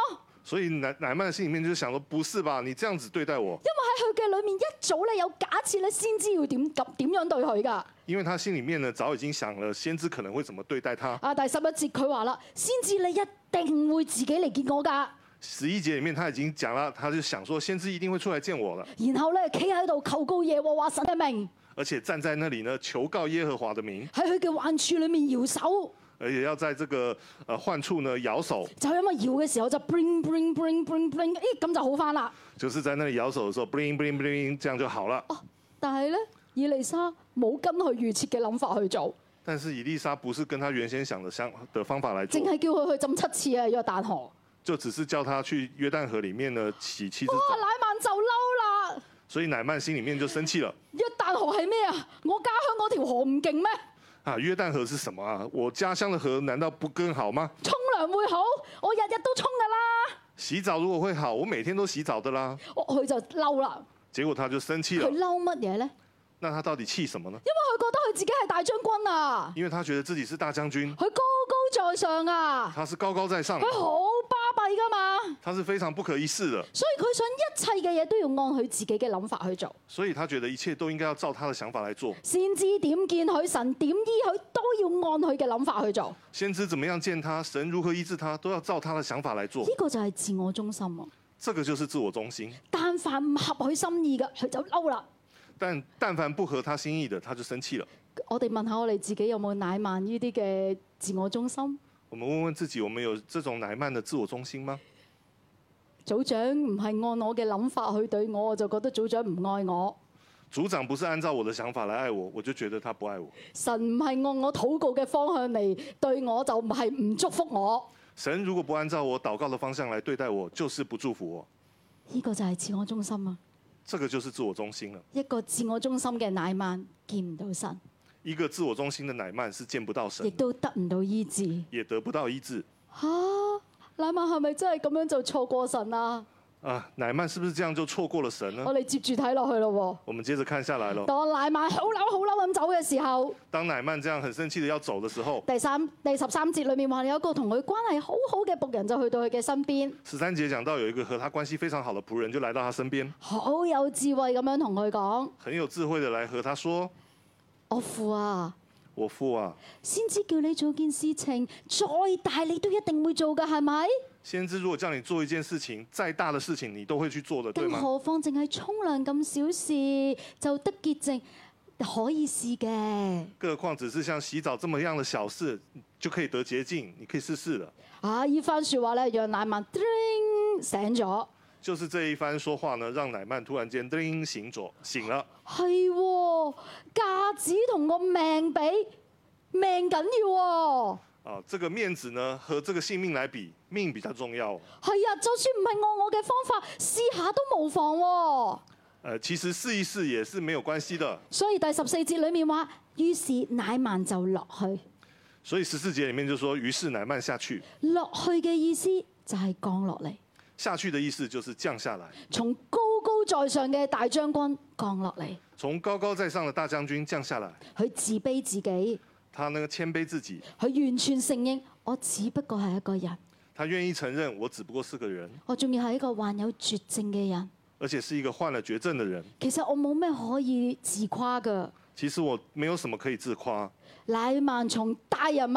所以乃乃曼心里面就想说：“不是吧，你这样子对待我。
因為喺佢嘅裏面一早咧有假設咧，先知要點咁點樣對佢㗎。”
因为他心里面呢，早已经想了先知可能会怎么对待他。
啊，第十一節佢話啦，先知你一定會自己嚟見我㗎。
十一节里面他已经讲了，他就想说先知一定会出来见我了，
然後咧企喺度求告耶和華神嘅名，
而且站在那里呢，求告耶和华的名，
喺佢嘅患處裏面搖手，
而且要在这个呃患处呢摇手，
就因為搖嘅時候就 bring bring bring bring bring，咦咁就好翻啦。
就是在那里摇手的时候，bling bling bling，这样就好了。
哦，但係咧，以利沙冇跟佢預設嘅諗法去做，
但是以丽莎不是跟她原先想的相的方法来
淨
做，
係叫佢去浸七次啊約旦河。
就只是叫她去约旦河里面呢洗七只
哇！
澡，
乃曼就嬲啦，
所以乃曼心里面就生气了
約旦河係咩啊？我家鄉嗰條河唔勁咩？
啊！约旦河是什么啊？我家乡的河难道不更好吗？
沖涼會好，我日日都沖噶啦。
洗澡如果会好，我每天都洗澡的啦。
我佢就嬲啦，
结果她就生气
佢
了，
嬲乜嘢咧？
那她到底气什么呢？
因為佢覺得佢自己係大將軍啊，
因为她觉得自己是大将军，
佢高高在上啊，
她是高高在上的
佢，好巴閉噶嘛，
她是非常不可一世的，
所以佢想一切嘅嘢都要按佢自己嘅諗法去做，
所以她觉得一切都应该要照她的想法来做。
先知點見佢，神點醫佢，都要按佢嘅諗法去做。
先知怎么样见他，神如何医治他，都要照他的想法来做
呢、。個就係自我中心啊！
这个就是自我中心。
但凡唔合佢心意嘅，佢就嬲啦。
但但凡不合他心意的，他就生气了。
我哋問下我哋自己有冇乃曼呢啲嘅自我中心？
我们问问自己，我们有这种乃曼的自我中心吗？
組長唔係按我嘅諗法去對我，我就覺得組長唔愛我。
组长不是按照我的想法来爱我，我就觉得他不爱我。
神唔係按我禱告嘅方向嚟對我，就唔係唔祝福我。
神如果不按照我祷告的方向来对待我，就是不祝福我。
呢、個就係自我中心啊！
这个就是自我中心了。
一個自我中心嘅乃曼見唔到神，
一个自我中心的乃曼是见不到
亦
神，
都得唔到醫治。
也得不到医治
嚇、乃曼係咪真係咁樣就錯過神啊？
啊。乃曼是不是这样就错过了神呢？
我哋接住睇落去咯
我们接着看下来
喎。
了。
當乃曼好嬲好嬲咁走嘅時候，
当乃曼这样很生气的要走的时候，
第三第十三節裏面話有一個同佢關係好好嘅仆人就去到佢嘅身邊，
十三节讲到有一个和他关系非常好的仆人就来到他身边，
好有智慧咁樣同佢講：
很有智慧的来和他说
我父啊，：“
我父啊，
先知叫你做件事情，再大你都一定會做㗎，係咪？
先知如果叫你做一件事情，再大的事情你都会去做的，对
更
吗？
何況淨係沖涼咁小事就得潔淨，可以試嘅。
更何况只是像洗澡这么样的小事，就可以得洁净，你可以试试的。
啊！依番説話咧，讓乃曼叮醒咗，
就是这一番说话呢，让乃曼突然间叮醒着醒了。
係喎、架子同個命比，命緊要喎、
啊，这个面子呢和这个性命来比，命比较重要哦。
係啊，就算唔係按我嘅方法試下都無妨喎、
呃，其实试一试也是没有关系的。
所以第十四節裡面話，於是乃曼就落去。
所以十四节里面就说，于是乃曼下去，
落去嘅意思就係降落嚟，
下去的意思就是降下来。
從高高在上嘅大將軍降落嚟。
从高高在上的大将军降下来，
佢自卑自己，
他呢谦卑自己，
佢完全承認我只不過係一個人，
他愿意承認我只不過是個人，
我仲要係一個患有絕症嘅人。
而且是一個患了絕症的人。
其實我冇咩可以自誇㗎。
其實我没有什麼可以自誇。
乃曼從大人物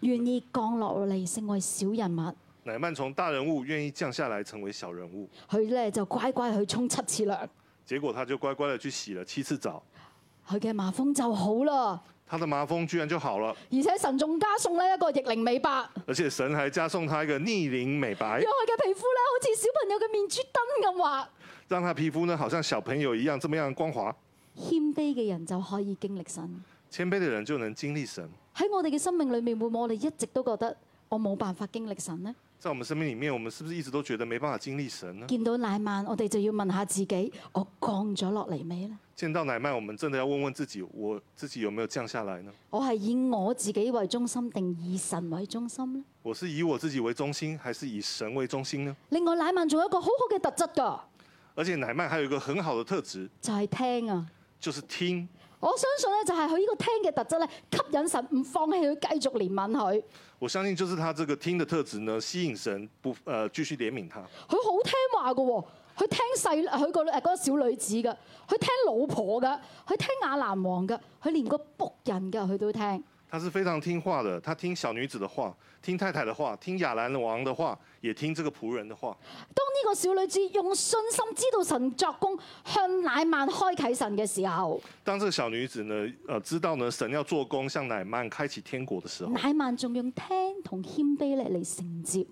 願意降落嚟成為小人物，
乃曼從大人物願意降下來成為小人物，
佢咧就乖乖去沖七次涼，
結果他就乖乖的去洗了七次澡，
佢嘅麻風就好啦。
他的麻風居然就好了，
而且神仲加送咧一個逆齡美白，讓
而且神還加送他一個逆齡美白，
佢嘅皮膚咧好似小朋友嘅面珠燈咁滑。
讓他皮膚呢好像小朋友一樣這麼樣光滑。
謙卑嘅人就可以經歷神。
謙卑的人就能經歷神。
喺我哋嘅生命裏面，會唔會我哋一直都覺得我冇辦法經歷神呢？
在我們生命裡面，我們是不是一直都覺得沒辦法經歷神呢？
見到乃曼，我哋就要問下自己：我降咗落嚟未呢？
見到乃曼，我們真的要問問自己，我自己有沒有降下來呢？
我係以我自己為中心，定以神為中心呢？
我是以我自己为中心，还是以神为中心呢？
另外，乃曼仲有一個好好嘅特質㗎，
而且乃曼还有一个很好的特质，
就係、聽啊！
就是听。
我相信咧，就係佢呢個聽嘅特質咧，吸引神唔放棄佢，繼續憐憫佢。
我相信就是他这个听的特质呢，吸引神不呃继续怜悯他。
佢好聽話嘅喎，佢聽細佢個誒嗰個小女子嘅，佢聽老婆嘅，佢聽亞蘭王嘅，佢連個仆人嘅佢都聽。
他是非常听话的，他听小女子的话，听太太的话，听亚兰王的话，也听这个仆人的话。
當呢個小女子用信心知道神作工，向乃曼開啟神嘅時候，
当这个小女子呢，呃，知道呢神要做工，向乃曼开启天国的时候，
乃曼仲用聽同謙卑咧嚟承接，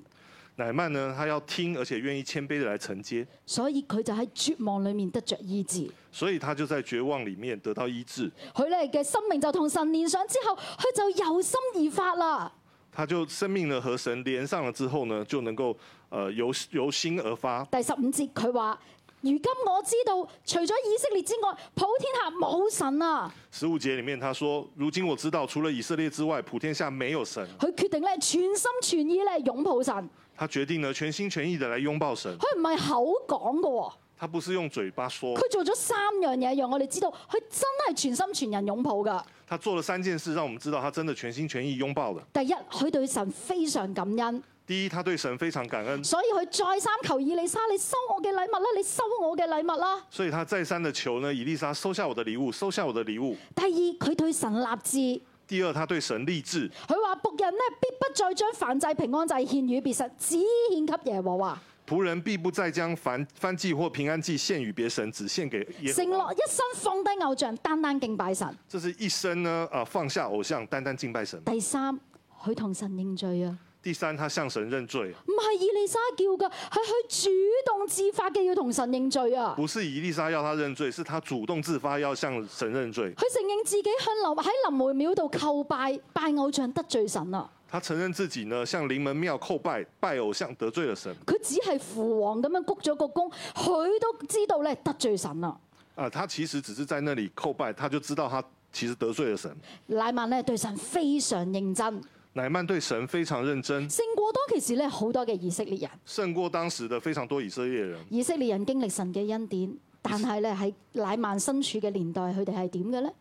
乃曼呢，他要听，而且愿意谦卑的来承接，
所以佢就喺絕望裡面得着醫治。
所以他就在绝望里面得到医治，
佢咧嘅生命就同神連上之後，佢就由心而發啦。
他就生命呢和神连上了之后呢，就能够呃由由心而发。
第十五節佢話：如今我知道，除咗以色列之外，普天下冇神啊！
十五节里面他说：“如今我知道，除了以色列之外，普天下没有神。
佢決定咧全心全意咧擁抱神，”
他决定呢全心全意的来拥抱神，
佢唔係口講嘅喎。
他不是用嘴巴说，
佢做咗三樣嘢，讓我哋知道佢真係全心全人擁抱噶。
他做了三件事，让我们知道他真的全心全意拥抱了。
第一，佢對神非常感恩，
第一，他对神非常感恩，
所以佢再三求以利沙：你收我嘅禮物啦，你收我嘅禮物啦。
所以他再三的求呢，以利沙收下我的礼物，收下我的礼物。
第二，佢對神立志，
第二，他对神立志，
佢話仆人呢必不再將燔祭、平安祭獻與別神，只獻給耶和華。
仆人必不再将燔燔祭或平安祭献与别神，只献给耶
承
和
諾
华。
一生放低偶像，單單敬拜神。
这是一生呢，呃，放下偶像，单单敬拜神。
第三，佢同神認罪啊，
第三，他向神认罪，
唔係以利沙叫噶，係佢主動自發嘅要同神認罪啊。
不是以利沙要他认罪，是他主动自发要向神认罪。
佢承認自己向林喺林梅廟度叩拜拜偶像得罪神啊啦，
他承认自己呢，向临门庙叩拜，拜偶像得罪了神。
佢只係父王咁樣鞠咗個躬，佢都知道咧得罪神啦。
啊、他其实只是在那里叩拜，他就知道他其实得罪了神。
乃曼咧對神非常認真，
乃曼对神非常认真，
勝過當其時咧好多嘅以色列人。
胜过当时的非常多以色列人。
以色列人經歷神嘅恩典，但係咧喺乃曼身處嘅年代，佢哋係點嘅咧？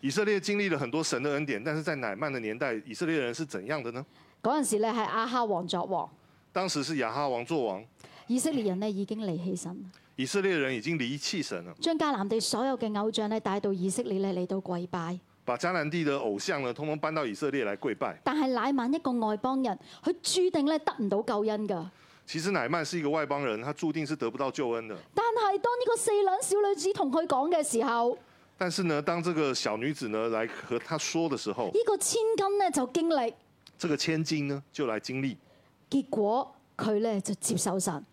以色列经历了很多神的恩典，但是在乃曼的年代，以色列人是怎样的呢？
嗰陣時咧係亞哈王作王，
当时是亚哈王做王，
以色列人咧已經離棄神，
以色列人已经离弃神了，
將迦南地所有嘅偶像咧帶到以色列咧嚟到跪拜。
把迦南地的偶像呢，通通搬到以色列来跪拜。
但係乃曼一個外邦人，佢注定咧得唔到救恩㗎。
其实乃曼是一个外邦人，他注定是得不到救恩的。
但係當呢個四兩小女子同佢講嘅時候，呢、
但是呢，当这个小女子呢来和他说的时候，
個千金咧就經歷，
这个千金呢就来经历，
結果佢咧就接受神，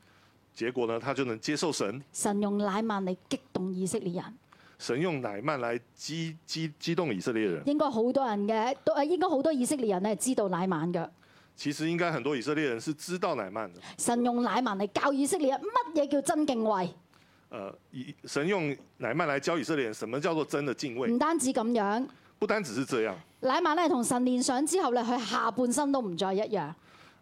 结果呢，她就能接受神。
神用乃曼嚟激動以色列人，
神用乃曼来激激激动以色列人，
應該好多人嘅都誒應該好多以色列人咧知道乃曼嘅。
其实应该很多以色列人是知道乃曼的。
神用乃曼嚟教以色列人乜嘢叫真敬畏，
呃，以神用乃曼来教以色列人什么叫做真的敬畏
唔，單止咁樣，
不單只是这样。
乃曼咧同神連上之後咧，佢下半身都唔再一樣。
呃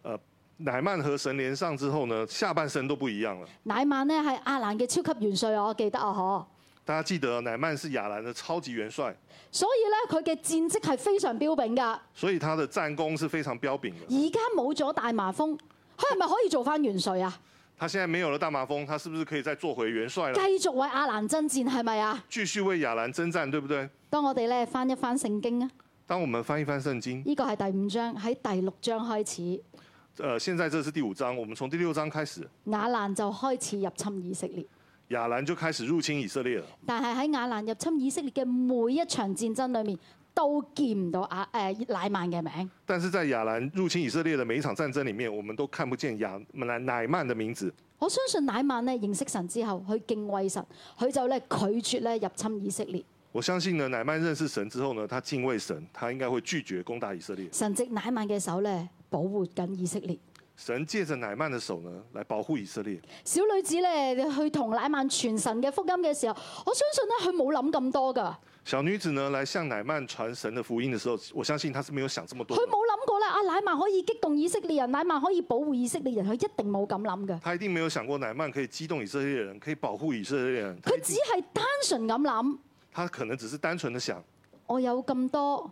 乃曼和神连上之後呢，下半身都不一樣了。
乃曼咧係亞蘭嘅超級元帥，我記得啊，嗬。
大家記得乃曼是亚兰的超級元帥，
所以咧，佢嘅戰績係非常彪炳㗎。
所以他的戰功是非常彪炳的。
而家冇咗大麻風，佢係咪可以做翻元帥啊？
他現在沒有了大麻風，他是不是可以再做回元帥
繼
了？
續為亞蘭爭戰係咪啊？
繼續為亚兰征戰，對不對？
當我哋咧翻一翻聖經啊，
當我們翻一翻聖經，
呢個係第五章，喺第六章開始，
呃，現在這是第五章，我們從第六章開始，
亞蘭就開始入侵以色列。
亚兰就開始入侵以色列了。
但係喺亞蘭入侵以色列嘅每一場戰爭裏面，都見唔到亞誒乃曼嘅名。
但是在亚兰入侵以色列的每一場戰爭裡面，我們都看不見亚乃乃曼的名字。
我相信乃曼咧認識神之後，佢敬畏神，佢就咧拒絕咧入侵以色列。
我相信呢，乃曼認識神之後呢，他敬畏神，他應該會拒絕攻打以色列。
神藉乃曼嘅手咧保護緊以色列。
神借着乃曼的手呢，来保護以色列。
小女子咧去同乃曼傳神嘅福音嘅時候，我相信咧佢冇諗咁多㗎，
小女子呢，来向乃曼傳神的福音的時候，我相信她是沒有想這么多
佢
的。
冇諗過咧啊乃曼可以激動以色列人，乃曼可以保護以色列人，佢一定冇咁諗㗎。
她一定沒有想過乃曼可以激動以色列人，可以保護以色列人。她
佢
一
只
定
係單純咁諗，
她可能只是單純的想，
我有咁多，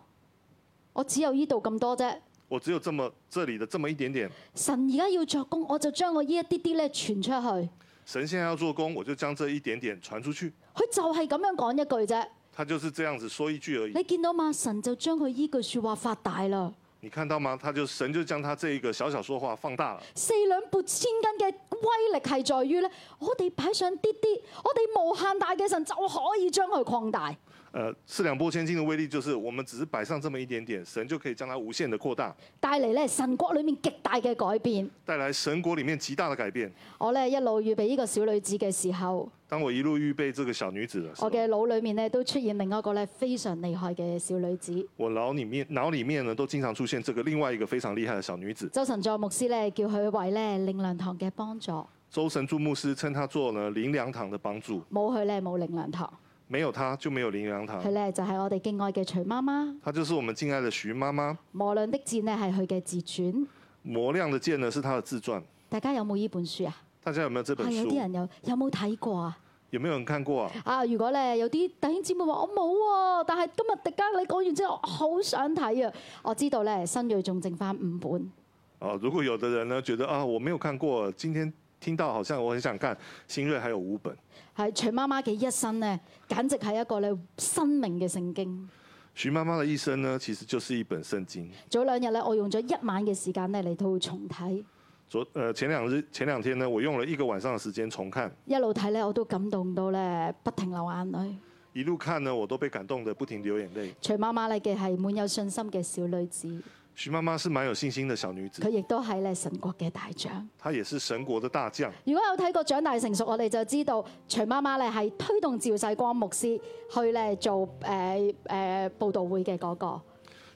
我只有呢度咁多啫。
我只有這麼這裡的這麼一點點。
神而家要作工，我就將我呢一啲啲咧傳出去。
神現在要做工，我就將這一點點傳出去。
佢就係咁樣講一句啫。
他就是这样子说一句而已。
你見到嘛？神就將佢依句説話發大啦，
你看到吗？他就神就将他这一个小小说话放大了。
四兩撥千斤嘅威力係在於咧，我哋擺上啲啲，我哋無限大嘅神就可以將佢擴大。
呃，四两拨千斤的威力就是我们只是摆上这么一点点，神就可以将它无限的扩大，
帶嚟咧神國裏面極大嘅改變。
带来神国里面极大的改变。
我咧一路預備呢個小女子嘅時候，
当我一路预备这个小女子的时候
我，嘅腦裏面咧都出現另一個咧非常厲害嘅小女子。
我脑里面脑里面呢都经常出现这个另外一个非常厉害的小女子。
周神助牧師咧叫佢為咧令良堂嘅幫助，
周神柱牧师称她做呢灵粮堂的帮助，
冇佢咧冇令良堂，
没有她就没有灵粮堂
佢。咧就係我哋敬愛嘅徐媽媽。
她就是我们敬爱的徐妈妈。
磨亮的箭咧係佢嘅自傳，
磨亮的剑呢是她的自传，
大家有冇呢本書啊？
大家有没有这本
啊，有啲
书？
人有有冇睇過啊？
有没有人看过啊？
啊，如果咧有啲弟兄姊妹話我冇喎，但係今日迪加你講完之後，我好想睇啊！我知道咧新锐仲剩翻五本，
啊，如果有的人呢觉得啊我没有看过，今天听到好像我很想看，新锐还有五本。
係徐媽媽嘅一生咧，簡直係一個咧生命嘅聖經。
徐妈妈的一生呢，其实就是一本圣经。
早兩日咧，我用咗一晚嘅時間咧嚟到重睇，
昨呃前两日前两天呢，我用了一个晚上的时间重看，
一路睇咧我都感動到咧不停流眼淚。
一路看呢，我都被感动的不停流眼泪。
徐媽媽咧嘅係滿有信心嘅小女子，
徐妈妈是蛮有信心的小女
佢
子，
亦都係咧神國嘅大將。
她也是神国的大将。
如果有睇過《長大成熟》，我哋就知道徐媽媽咧係推動趙世光牧師去咧做誒誒、呃呃佈道會嘅嗰、個。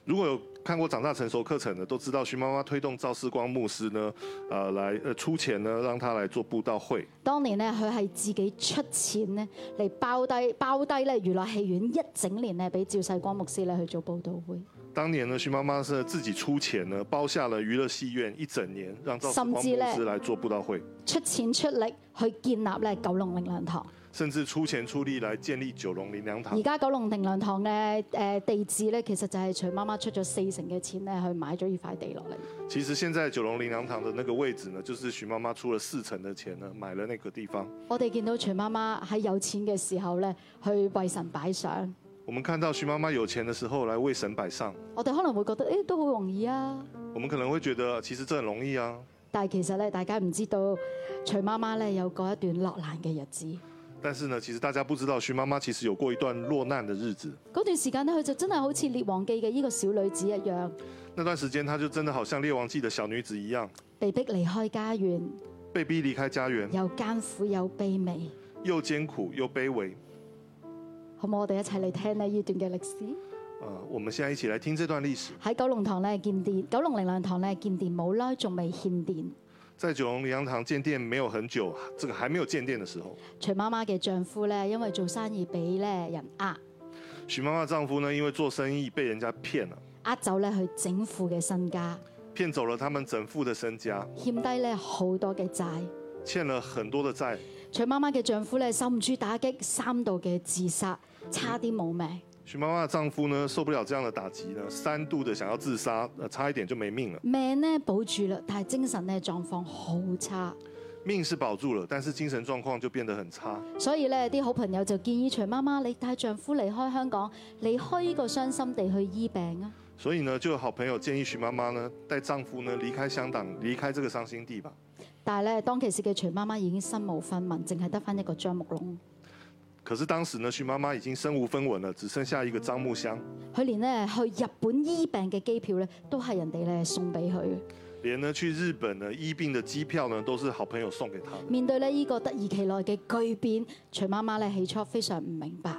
如果有看过长大成熟课程的，都知道徐妈妈推动赵世光牧师呢，呃，来呃出钱呢，让他来做布道会。
當年咧，佢係自己出錢咧嚟包低包低咧娛樂戲院一整年咧，俾趙世光牧師咧去做佈道會，
当年呢，徐妈妈是自己出钱呢，包下了娱乐戏院一整年，让赵世光牧
甚至嘞
师来做布道会，
出錢出力去建立咧九龍靈糧堂。
甚至出钱出力来建立九龙林良堂
而。家九龍靈糧堂嘅誒地址咧，其實就係徐媽媽出咗四成嘅錢咧去買咗呢塊地落嚟。
其实现在九龙林良堂的那个位置呢，就是徐妈妈出了四成的钱呢，买了那个地方。
我哋見到徐媽媽喺有錢嘅時候咧，去為神擺上。
我们看到徐妈妈有錢的时候来为神摆上，
我哋可能會覺得，誒、都好容易啊！
我们可能会觉得呃其实这很容易啊，
但係其實咧，大家唔知道徐媽媽咧有過一段落難嘅日子。
但是呢，其实大家不知道徐妈妈其实有过一段落难的日子。
嗰段時間咧，佢就真係好似《列王記》嘅呢個小女子一樣，
那段时间，她就真的好像《列王记》的小女子一样，
被逼離開家園，
被逼离开家园，
又艱苦又卑微。
又艰苦又卑微。
好唔好？我哋一齊嚟聽呢呢段嘅歷史。
呃，我們現在一起來聽這段歷史。
喺九龍塘咧建殿，九龍靈糧堂咧建殿冇耐，仲未獻殿。
在九龍羚羊堂建店沒有很久，這個還沒有建店的時候，
徐媽媽嘅丈夫咧，因為做生意俾咧人呃，
徐媽媽的丈夫呢，因為做生意被人家騙了，
呃走咧佢整副嘅身家，
騙走了他們整副的身家，
欠低咧好多嘅債。
欠了很多的債。
徐媽媽嘅丈夫咧受唔住打擊，三度嘅自殺，差啲冇命。
徐媽媽的丈夫呢，受不了這樣的打擊呢，三度的想要自殺，呃，差一點就沒命了。
命咧保住啦，但係精神咧狀況好差，
命是保住了，但是精神狀況就變得很差。
所以咧啲好朋友就建議徐媽媽你帶丈夫離開香港，離開呢個傷心地去醫病啊！
所以呢，就有好朋友建議徐媽媽呢，帶丈夫呢離開香港，離開這個傷心地吧。
但係咧當其時嘅徐媽媽已經身無分文，淨係得翻一個樟木籠，
可是當時呢，徐媽媽已經身無分文了，只剩下一個樟木箱。
佢連咧去日本醫病嘅機票咧都係人哋咧送俾佢。
连呢去日本呢医病的机票呢，都是好朋友送给他的。
面對咧呢個突如其來嘅巨變，徐媽媽咧起初非常唔明白。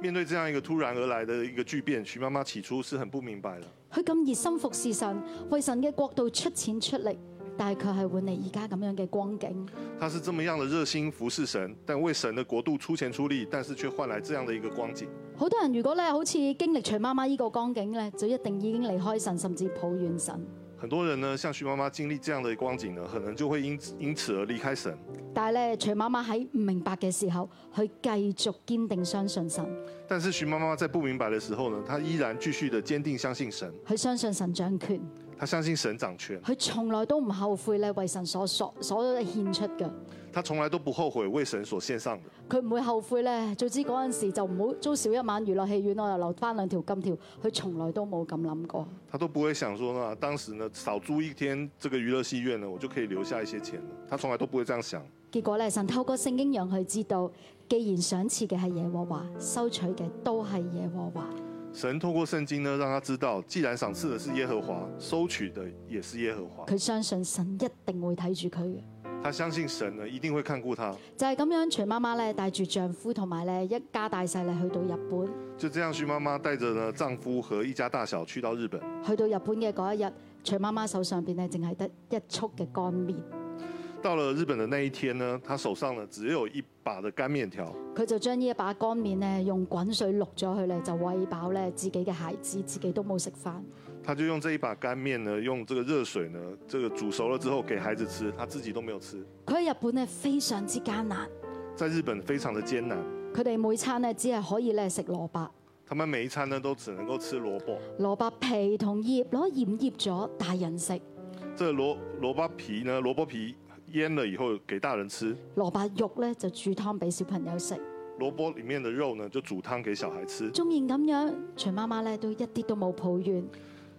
面对这样一个突然而来的一个巨变，徐妈妈起初是很不明白的。
佢咁熱心服侍神，為神嘅國度出錢出力，但係佢係換嚟而家咁樣嘅光景。
她是这么样的热心服侍神，但为神的国度出钱出力，但是却换来这样的一个光景。
好多人如果咧好似經歷徐媽媽呢個光景咧，就一定已經離開神，甚至抱怨神。
很多人呢，像徐妈妈经历这样的光景呢，可能就会因此因此而离开神。
但係咧，徐媽媽喺唔明白嘅時候，佢繼續堅定相信神，
但是徐妈妈在不明白的时候呢，她依然继续的坚定相信神，
佢相信神掌權，
她他相信神掌权，
佢從來都唔後悔咧為神所所 所獻出嘅，
他从来都不後悔為神所獻上的。
佢唔會後悔咧。早知嗰陣時就唔好租少一晚娛樂戲院，我又留翻兩條金條。佢從來都冇咁諗過，
他都不會想說呢，當時呢少租一天這個娛樂戲院呢，我就可以留下一些錢了。他從來都不會這樣想。
結果咧神透過聖經讓佢知道，既然賞賜嘅係耶和華，收取嘅都係耶和華。
神透過聖經呢，讓他知道，既然賞賜的是耶和華，收取的也是耶和華。
佢相信神一定會睇住佢嘅。
他相信神呢一定會看顧他。
就係咁樣，徐媽媽咧帶住丈夫同埋咧一家大細咧去到日本。
就這樣，徐媽媽帶着呢丈夫和一家大小去到日本。
去到日本嘅嗰一日，徐媽媽手上邊咧淨係得一束嘅乾面，
到了日本的那一天呢，她手上呢只有一把的乾面條，
佢就將呢一把乾面咧用滾水淥咗佢咧，就餵飽咧自己嘅孩子，自己都冇食飯。
她就用這一把乾面呢，用這個熱水呢，這個煮熟了之後給孩子吃，她自己都沒有吃。
佢喺日本咧非常之艱難，
在日本非常的艱難，
佢哋每餐咧只係可以咧食蘿蔔，
他們每一餐呢都只能夠吃蘿蔔，
蘿蔔皮同葉攞鹽醃咗大人食，
這個蘿蘿蔔皮呢，蘿蔔皮醃了以後給大人吃，
蘿蔔肉咧就煮湯俾小朋友食。
蘿蔔裡面的肉呢就煮湯給小孩吃。
縱然咁樣，徐媽媽咧都一啲都冇抱怨。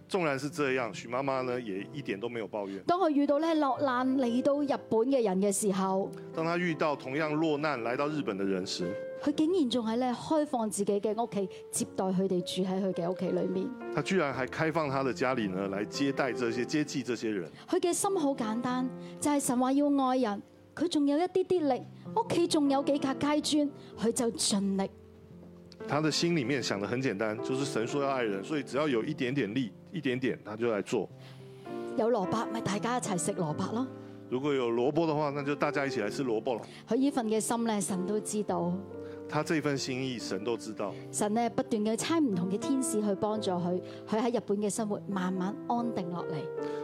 縱然是這樣，許媽媽呢也一點都沒有抱怨。
當佢遇到咧落難嚟到日本嘅人嘅時候，
當她遇到同樣落難來到日本的人時，
佢竟然仲係咧開放自己嘅屋企接待佢哋住喺佢嘅屋企裏面。
她居然還開放她的家裡呢來接待這些接濟這些人。
佢嘅心好簡單，就係、神話要愛人，佢仲有一啲啲力，屋企仲有幾格階磚，佢就盡力。
她的心裡面想的很簡單，就是神說要愛人，所以只要有一點點力，一點點，她就來做。
有蘿蔔咪大家一齊食蘿蔔咯。
如果有蘿蔔的話，那就大家一起來吃蘿蔔了。
佢呢份嘅心咧，神都知道。
她這份心意，神都知道。
神咧不斷嘅差唔同嘅天使去幫助佢，佢喺日本嘅生活慢慢安定落嚟。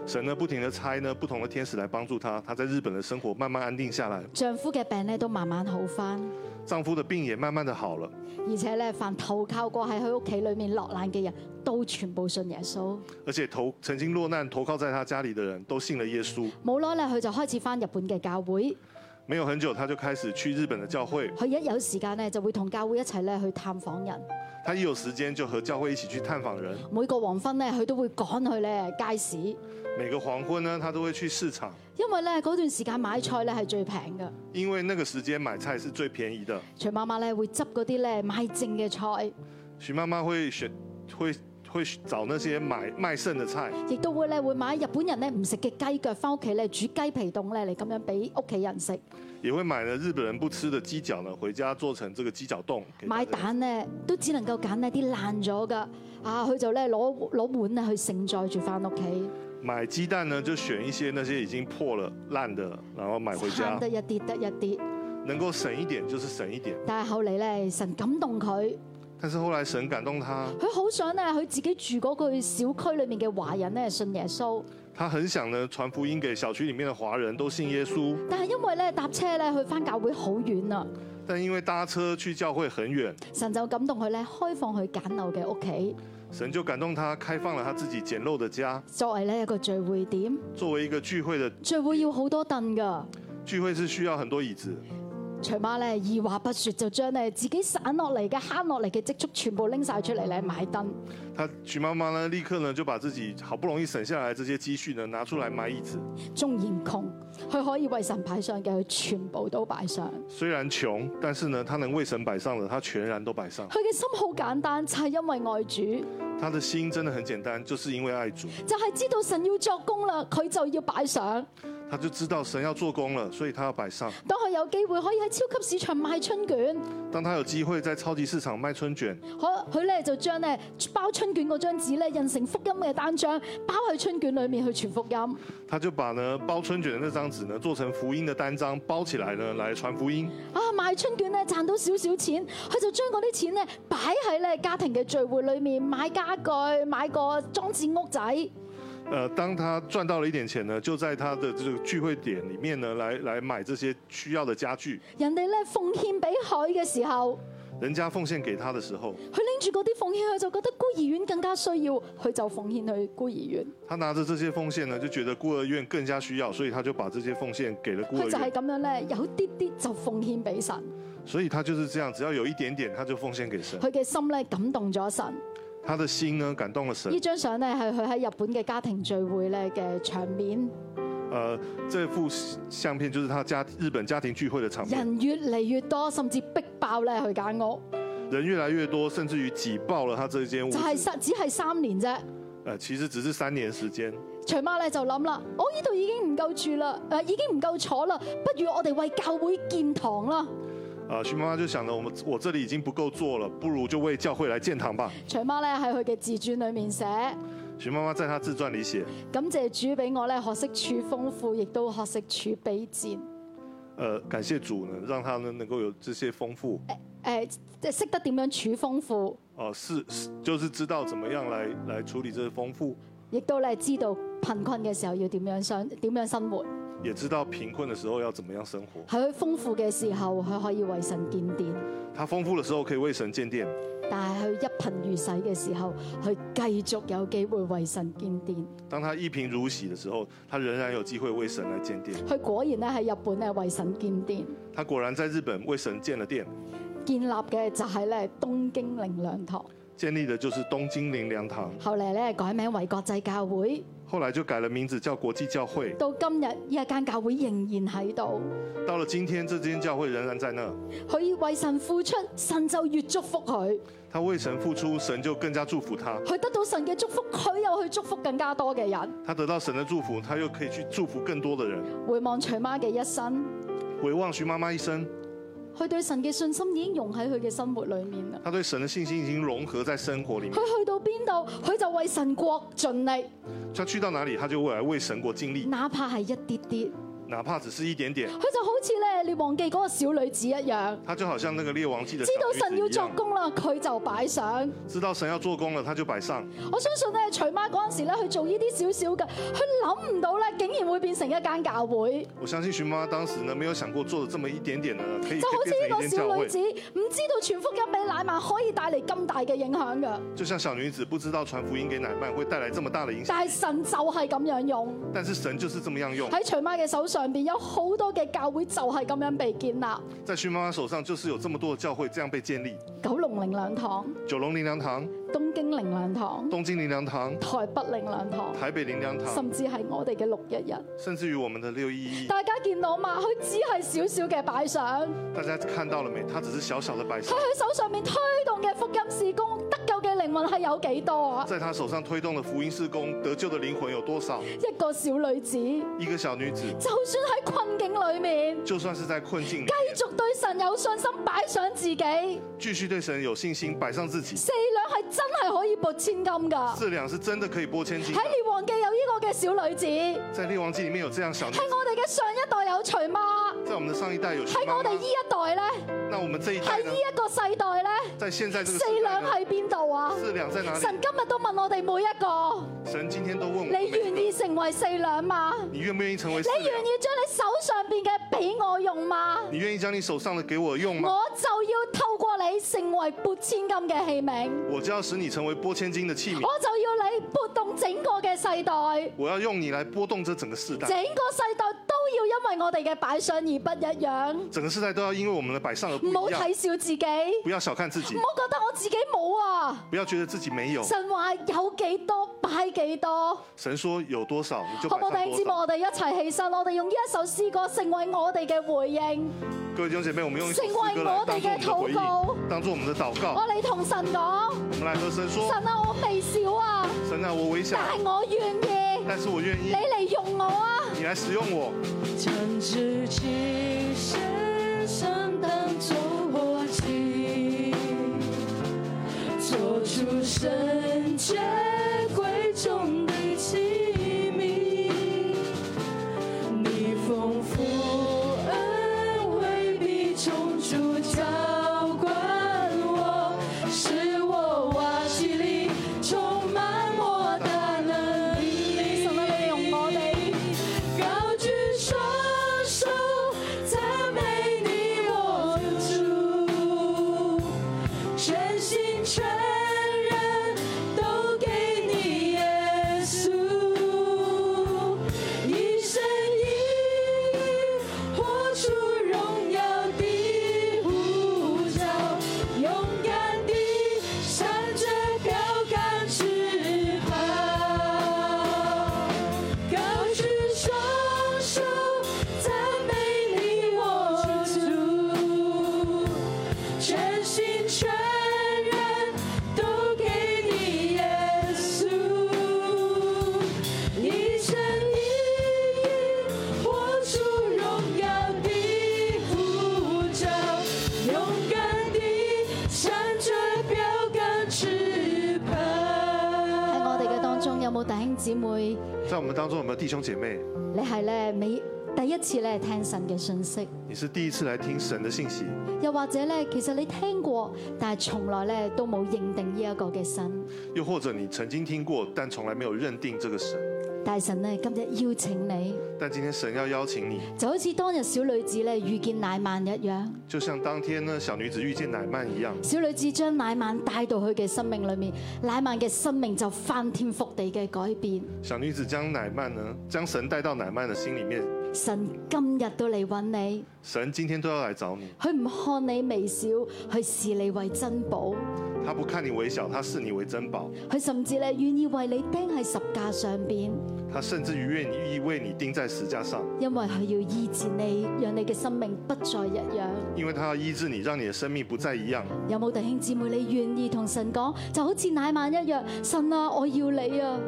神呢不停的差呢不同的天使来帮助她，她在日本的生活慢慢安定下来，
丈夫嘅病咧都慢慢好翻，
丈夫的病也慢慢的好了，
而且咧凡投靠過喺佢屋企裏面落難嘅人都全部信耶穌。
而且投曾經落難投靠在她家里的人都信了耶穌。
冇耐咧，佢就開始翻日本嘅教會。
没有很久，她就開始去日本的教會，
佢一有時間咧，就會同教會一齊咧去探訪人。
她一有時間就和教會一起去探訪人。
每個黃昏咧，佢都會趕去咧街市，
每個黃昏呢，她都會去市場，
因為咧嗰段時間買菜咧係最平嘅。
因為那個時間買菜是最便宜的。
徐媽媽咧會執嗰啲咧買剩嘅菜，
徐媽媽會選會會找那些買賣剩的菜，
亦都會咧會買日本人咧唔食嘅雞腳翻屋企咧煮雞皮凍咧嚟咁樣俾屋企人食。
也會買呢日本人不吃的雞腳呢，回家做成這個雞腳凍。給大
買
家
蛋咧都只能夠揀呢啲爛咗㗎，啊佢就咧攞攞碗咧去盛載住翻屋企，
买鸡蛋呢，就选一些那些已經破了、爛的，然後買回
慳
家
得，一啲得一啲。
能夠省一點就是省一點。
但係後嚟咧神感動佢。
但是後來神感動他，
佢好想咧，佢自己住嗰個小區裏面嘅華人咧信耶穌，
他很想呢傳福音給小區裡面的華人都信耶穌，
但係因為咧搭車咧去翻教會好遠啊，
但因為搭車去教會很遠，
神就感動佢咧開放佢簡陋嘅屋企，
神就感動他，開放了他自己簡陋的家，
作為呢一個聚會點。
作為一個聚會的
聚會要好多凳㗎，
聚會是需要很多椅子。
徐媽咧二話不說就將咧自己散落嚟嘅慳落嚟嘅積蓄全部拎晒出嚟咧買凳。
他徐媽媽呢，立刻呢就把自己好不容易省下來這些積蓄呢拿出來買椅子，
縱然窮，佢可以為神擺上嘅，佢全部都擺上。
雖然窮，但是呢他能為神擺上的，他全然都擺上。
佢嘅心好簡單，就係、因為愛主，
他的心真的很簡單，就是因為愛主，
就係、知道神要作工啦，佢就要擺上。
他就知道神要做工了，所以他要擺上。
當佢有機會可以喺超級市場賣春卷，
當他有機會在超級市場賣春卷，
可佢咧就將咧包春卷嗰張紙咧印成福音嘅單張，包喺春卷裏面去傳福音。
他就把呢包春卷的那張紙呢做成福音的單張，包起來呢來傳福音。
啊，賣春卷咧賺到少少錢，佢就將嗰啲錢咧擺喺咧家庭嘅聚會裏面買家具、買個裝置屋仔。
呃，當他賺到了一點錢呢，就在他的這個聚會點裡面呢來來買這些需要的家具。
人哋咧奉獻俾佢嘅時候，
人家奉献给他的时候，
佢拎住嗰啲奉獻，佢就覺得孤兒院更加需要，佢就奉獻去孤兒院。
他拿着这些奉献呢，就觉得孤儿院更加需要，所以他就把这些奉献给了孤
佢
儿
就係
院。
咁樣咧，有啲啲就奉獻俾神，
所以他就是这样，只要有一点点，他就奉献给神。
佢嘅心咧感動咗神。
他的心呢，感动了神
呢。張相咧係佢喺日本嘅家庭聚會咧嘅場面，
呃，这幅相片就是他家日本家庭聚会的场面，
人越嚟越多，甚至逼爆咧佢間屋，
人越来越多，甚至于挤爆了他这间屋
就係、
子。
實只係三年啫。
呃，其实只是三年時間。
徐媽咧就諗啦，我呢度已經唔夠住啦，誒、已經唔夠坐啦，不如我哋為教會建堂啦。
啊，徐妈妈就想着我们我这里已经不够做了，不如就为教会来建堂吧。
徐媽咧喺佢嘅自傳裏面寫，
徐妈妈在她自传里写，
感謝主俾我咧學識處豐富，亦都學識處卑賤。
呃，感谢主呢，让她呢能够有這些丰富，
誒呃即係識得點樣處豐富，
哦、是是就是知道怎么样来来處理这些丰富，
亦都咧知道貧困嘅時候要點樣想點樣生活。
也知道贫困的時候要怎么样生活。
喺佢豐富嘅時候，佢可以為神建殿；
她豐富的時候可以為神建殿，
但係佢一貧如洗嘅時候，佢繼續有機會為神建殿。
當她一贫如洗的時候，她仍然有機會為神来建殿。
佢果然咧喺日本咧為神建殿，
她果然在日本為神建了殿，
建立嘅就係咧東京靈糧堂，
建立的就是東京靈糧堂，
後嚟咧改名為國際教會。
後來就改了名字叫國際教會。
到今日呢一間教會仍然喺度，
到了今天，這間教會仍然在那。
佢為神付出，神就越祝福佢。
他为神付出，神就更加祝福他。
佢得到神嘅祝福，佢又去祝福更加多嘅人。
他得到神的祝福，他又可以去祝福更多的人。
回望徐媽嘅一生，
回望徐妈妈一生，
佢對神嘅信心已經融喺佢嘅生活裏面啦。
他对神的信心已经融合在生活里面
佢。去到邊度，佢就為神國盡力，
他去到哪里，他就未来为神国尽力，
哪怕係一啲啲。
哪怕只是一点点。
佢就好似咧《列王記》嗰個小女子一樣，
他就好像那个列王记的
知道
小
神要
女子一
作
样，
工啦，佢就擺上。
知道神要做工了，他就摆上。
我相信咧，徐媽嗰陣時咧，佢做呢啲少少嘅，佢諗唔到咧，竟然會變成一間教會。
我相信徐妈妈当时呢，没有想过做的这么一点点呢，可以
就好似呢
变成
個
一间教
小女
会
子。唔知道傳福音俾乃曼可以帶嚟咁大嘅影響㗎，
就像小女子不知道传福音给乃曼会带来这么大的影响，
但係神就係咁樣用。
但是神就是这么样用，
喺徐媽嘅手上邊有好多嘅教會就係咁樣被建立，
在徐妈妈手上就是有这么多的教会这样被建立。
九龍靈糧堂、
九龙灵粮堂、
東京靈糧堂、
东京灵粮堂、
台北靈糧堂，
台北灵粮堂，
甚至係我哋嘅六日日。
甚至于我们的六一一，
大家見到嘛？佢只係少少嘅擺上，
大家看到了没？它只是小小的摆
喺
上，
佢手上面推動嘅福音事工，得救嘅靈魂係有幾多啊？
在他手上推动的福音事工，得救的灵魂有多少？
一個小女子，
一个小女子，
就算喺困境裡面。
就算是在困境里，
繼續對神有信心，擺上自己，四兩
继续对神有信心，摆上自己。
係真係可以撥千金㗎。
四两是真的可以拨千金的
喺。列王記有呢個嘅小女子，喺
在列王记里面有这样小女子，
我哋嘅上一代有徐媽，
在我们的上一代有徐
喺
妈
我
妈
哋，呢一代呢，
那我们这一代
喺
呢
呢？一個世代呢，
在现在这个时
四
代
兩
呢，
喺邊度啊？
四两在哪里
神？今日都問我哋每一個：
神今天都问我
你
们，
願意成為四兩嗎？
你愿不愿意成为四
你願
两？
意將你手上邊嘅俾我用嗎？
你愿意将你手上的给我用吗？
我就要透過你成為撥千金嘅器皿，
我就要使你成为拨千金的器皿。
我就要你撥動整個嘅世代。
我要用你来波动这整个世代
整，個世代都要因為我哋嘅擺上而不一樣，
整个世代都要因为我们的摆上而不
唔好
一样
睇。小自己，唔
不要小看自己，
好覺得我自己冇啊！
不要觉得自己没有。
神話有幾多擺幾多，
神说有多少你就
好
摆
唔
上
好？弟兄姊
多
妹，
少。
我哋一齊起身，我哋用呢一首詩歌成為我哋嘅回應，
各位弟兄姐妹，我们用一首诗歌来当做我们的回应，当做我们的祷告
我。哋同神講：
我们来和神说
神啊，我微小啊，：“
神啊，我微小，
但係我願意，
但是我愿
你
意，
嚟用我啊！
你来使用我。
将自己献上当作活祭，做出圣洁贵重的器皿。你丰富恩惠必从主浇灌我，使我瓦器里充满莫大能力。
神啊，你用我哋。
高举双手，赞美你我主，
姊妹，
在我们当中有没有弟兄姐妹，
你係咧未第一次咧聽神嘅信息，
你是第一次來聽神的信息，
又或者咧其實你聽過，但係從來咧都冇認定呢一個嘅神。
又或者你曾經聽過，但從來沒有認定這個神，
大神咧今日邀請你，
但今天神要邀請你，
就好似當日小女子咧遇見乃曼一樣，
就像當天呢小女子遇見乃曼一樣，
小女子將乃曼帶到佢嘅生命裏面，乃曼嘅生命就翻天覆地嘅改變。
小女子將乃曼呢，將神帶到乃曼的心裡面，
神今日都嚟揾你，
神今天都要來找你，
佢唔看你微小，佢視你為珍寶，
他不看你微小，他視你為珍寶，
佢甚至咧願意為你釘喺十架上邊，
他甚至於願意為你釘在石架上，
因為佢要醫治你，讓你嘅生命不再一樣。
因為他要醫治你，讓你的生命不再一樣。
有冇弟兄姊妹你願意同神講，就好似乃曼一樣，神啊，我要你啊！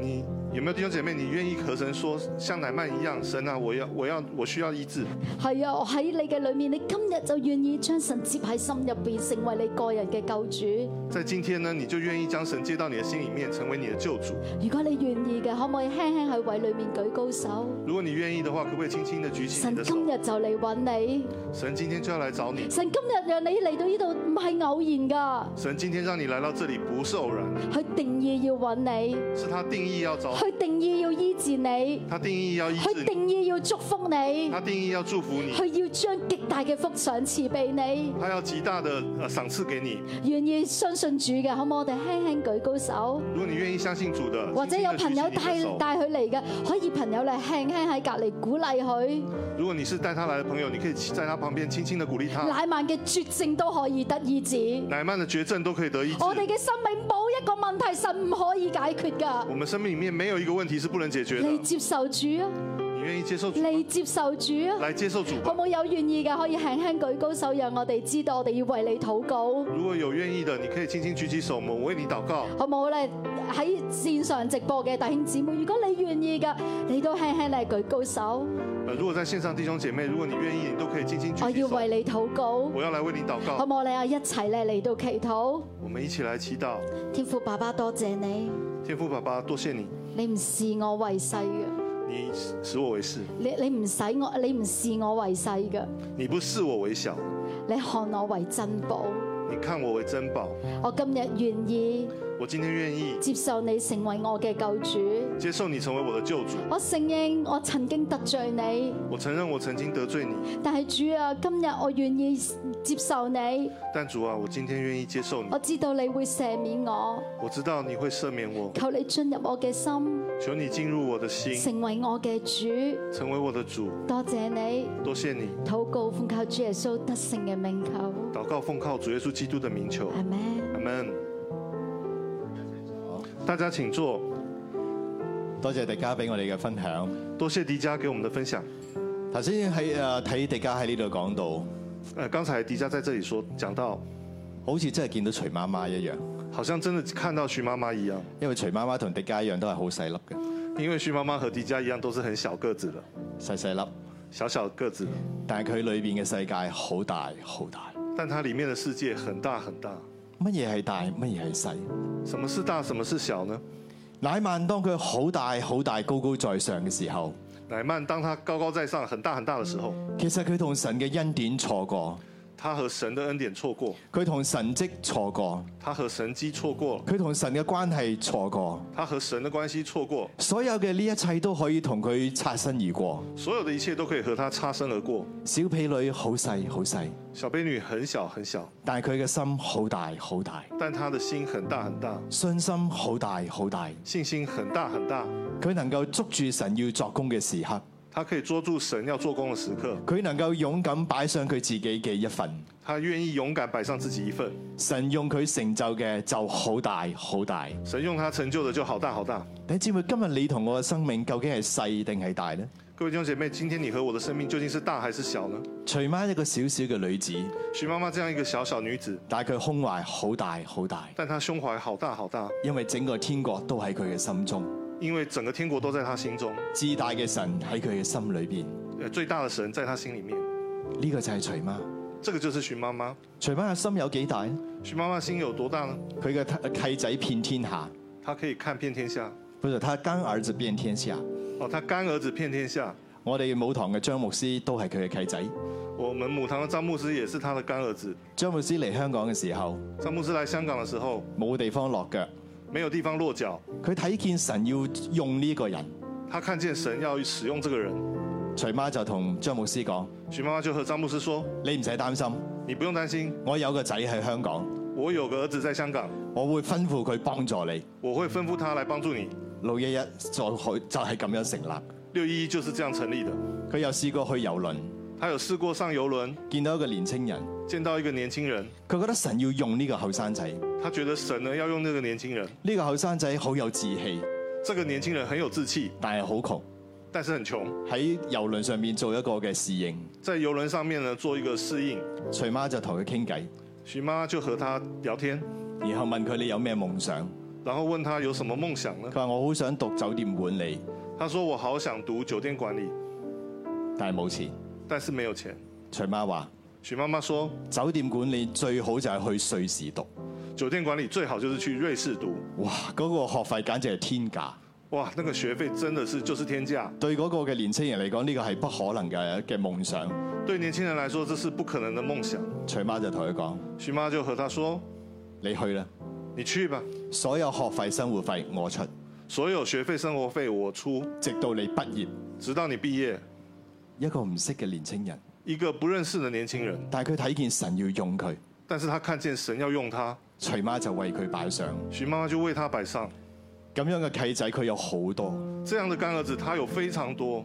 你有沒有弟兄姐妹，你願意和神說，像乃曼一樣，神啊，我要，我要，我需要醫治。
係啊，我喺你嘅裏面，你今日就願意將神接喺心入邊，成為你個人嘅救主。
在今天呢，你就願意將神接到你的心裡面，成為你的救主。
如果你願意嘅，可唔可以輕輕喺位裏面舉高手？
如果你願意的話，可不可以輕輕的舉起你
神
的手
今？日就嚟揾你，
神今天就要來找你，
神今日讓你嚟到呢度唔係偶然噶，
神今天讓你來到這裡不是偶然，
佢定義要揾你，
是他定義要找你，
佢定義要醫治你，
他定義要醫治
佢
你，
定義要祝福你，
他定義要祝福你，
佢要將極大嘅福賞賜俾你。
他要極大的呃賞賜給你。
願意相信主嘅，可唔可以我哋輕輕舉高手？
如果你願意相信主的，
或者
輕輕地舉
有朋友
起你
帶
的手
帶佢嚟嘅，可以朋友嚟輕輕喺隔離鼓勵佢，
如果你是帶他來的朋友，你可以在他旁邊輕輕的鼓勵他。
乃曼嘅絕症都可以得醫治。
乃曼的絕症都可以得醫治。
我哋嘅生命冇一個問題神唔可以解決㗎。
我們生命裡面沒有一個問題是不能解決
你
的。
接受主啊！
你願意接受主嗎？
你接受主啊！
來接受主
好
吧。
冇有願意嘅可以輕輕舉高手，讓我哋知道我哋要為你禱告。
如果有願意的，你可以輕輕舉起手，我們為你禱告。
好冇咧？喺線上直播嘅弟兄姊妹，如果你願意嘅，你都輕輕嚟舉高手。
呃，如果在線上弟兄姐妹，如果你願意，你都可以輕輕
我
舉起
要
手。
為你禱告。
我要來為你禱
哦
告，
好冇？你啊，一齊咧嚟到祈禱。
我們一起來祈禱。
天父爸爸，多謝你，
天父爸爸，多謝你，
你唔視我為細嘅，
你使我為是，
你你唔使我，你唔視我為細嘅，
你不視我為小，
你看我為珍寶。
你看我為珍寶。
我今日願意
我今天願意
接受你成為我嘅救主。
接受你成為我的救主。
我承認我曾經得罪你，
我承認我曾經得罪你，
但係主啊，今日我願意接受你。
但主啊，我今天願意接受你
我。知道你會赦免我，
我知道你會赦免我，
求你進入我嘅心，
求你進入我的心，
成為我嘅主。
成為我的主。
多謝你，
多謝你，
禱告奉靠主耶穌得勝嘅名求。
禱告奉靠主耶穌基督的名求，
阿門。
阿門。大家請坐，
多謝迪嘉俾我哋嘅分享。
多謝迪迦給我們的分享。
頭先喺誒睇迪嘉喺呢度講到，
呃，剛才迪迦在這裡說講到，
好似真係見到徐媽媽一樣，
好像真的看到徐媽媽一樣，
因為徐媽媽同迪嘉一樣都係好細粒嘅，
因為徐媽媽和迪迦一樣都是很小個子的，
細細粒，
小小個子的，
但係佢裏邊嘅世界好大好大。
但它裡面的世界很大很大。
乜嘢係大，乜嘢係細？
什麼是大，什麼是小呢？
乃曼當佢好大好大高高在上嘅時候，
乃曼當他高高在上、很大很大的時候，
其實佢同神嘅恩典錯過，
他和神的恩典錯過，
佢同神蹟錯過，
他和神蹟錯過了，
佢同神嘅關係錯過，
他和神的關係錯過，
所有嘅呢一切都可以同佢擦身而過。
所有的一切都可以和他擦身而過。
小婢女好細好細，
小婢女很小很小，
但係佢嘅心好大好大。
但她的心很大很大，
信心好大好大，
信心很大很大。
佢能夠捉住神要作工嘅時刻，
她可以捉住神要做工的時刻，
佢能夠勇敢擺上佢自己嘅一份，
她願意勇敢擺上自己一份。
神用佢成就嘅就好大好大。
神用她成就的就好大好大。
你知唔知今日你同我嘅生命究竟係細定係大呢？
各位弟兄姐妹，今天你和我的生命究竟是大還是小呢？
徐媽一個小小嘅女子，
徐媽媽這樣一個小小女子，
但係佢胸懷好大好大，
但她胸懷好大好大，
因為整個天國都喺佢嘅心中，
因為整個天國都在她心中。
至大嘅神喺佢嘅心裏邊。
呃，最大的神在她心裡面，
呢、個就係徐媽。
這個就是徐媽媽。
徐媽嘅心有幾大呢？
徐媽媽心有多大呢？
佢嘅契仔遍天下，
她可以看遍天下，
不是他干兒子遍天下。
哦，他干儿子遍天下。
我哋母堂嘅張牧師都係佢嘅契仔。
我们母堂的张牧师也是他的干儿子。
張牧師嚟香港嘅時候
张牧师来香港的时候，
冇地方落腳，
没有地方落脚，
佢睇見神要用呢個人，
他看见神要使用这个人，
徐媽就同張牧師講：
徐妈妈就和张牧师说
你唔使擔心，：“
你不用担心，
我有個仔喺香港，
我有个儿子在香港，
我會吩咐佢幫助你。
我会吩咐他来帮助你。
六一一就去就係咁樣成立。”
六一一就是这样成立的。
佢又試過去遊輪，
他有试过上游轮，
見到一個年青人，
见到一个年轻人，
佢覺得神要用呢個後生仔，呢、
他觉得神呢要用这个年轻人，
個後生仔好有志氣，
这个年轻人很有志气，
但係好窮，
但是很穷，
喺遊輪上面做一個嘅侍應。
在游轮上面呢做一个适应。
徐媽就同佢傾偈，
徐妈妈就和他聊天，
然後問佢你有咩夢想？
然后问他有什么梦想呢
佢？話我好想讀酒店管理，
他说：“我好想读酒店管理，
但係冇錢。
但是没有钱。
徐媽話：”
徐妈妈说
酒店管理最好就係去瑞士讀。：“
酒店管理最好就是去瑞士读。
哇！嗰、個學費簡直係天價，”
哇，那个学费真的是就是天价。
對嗰個嘅年青人嚟講，呢、個係不可能嘅嘅夢想。
对年轻人来说，这是不可能的梦想。
徐媽就同佢講：
徐妈就和他说
你去啦，：“
你去吧，
所有學費、生活費我出，
所有学费、生活费我出，
直到你畢業。
直到你毕业。”
一個唔識嘅年青人，
一个不认识的年轻人，
但係佢睇見神要用佢，
但是他看见神要用他，
徐媽就為佢擺上。
徐妈妈就为他摆上。
咁樣嘅契仔佢有好多，
这样的干儿子他有非常多，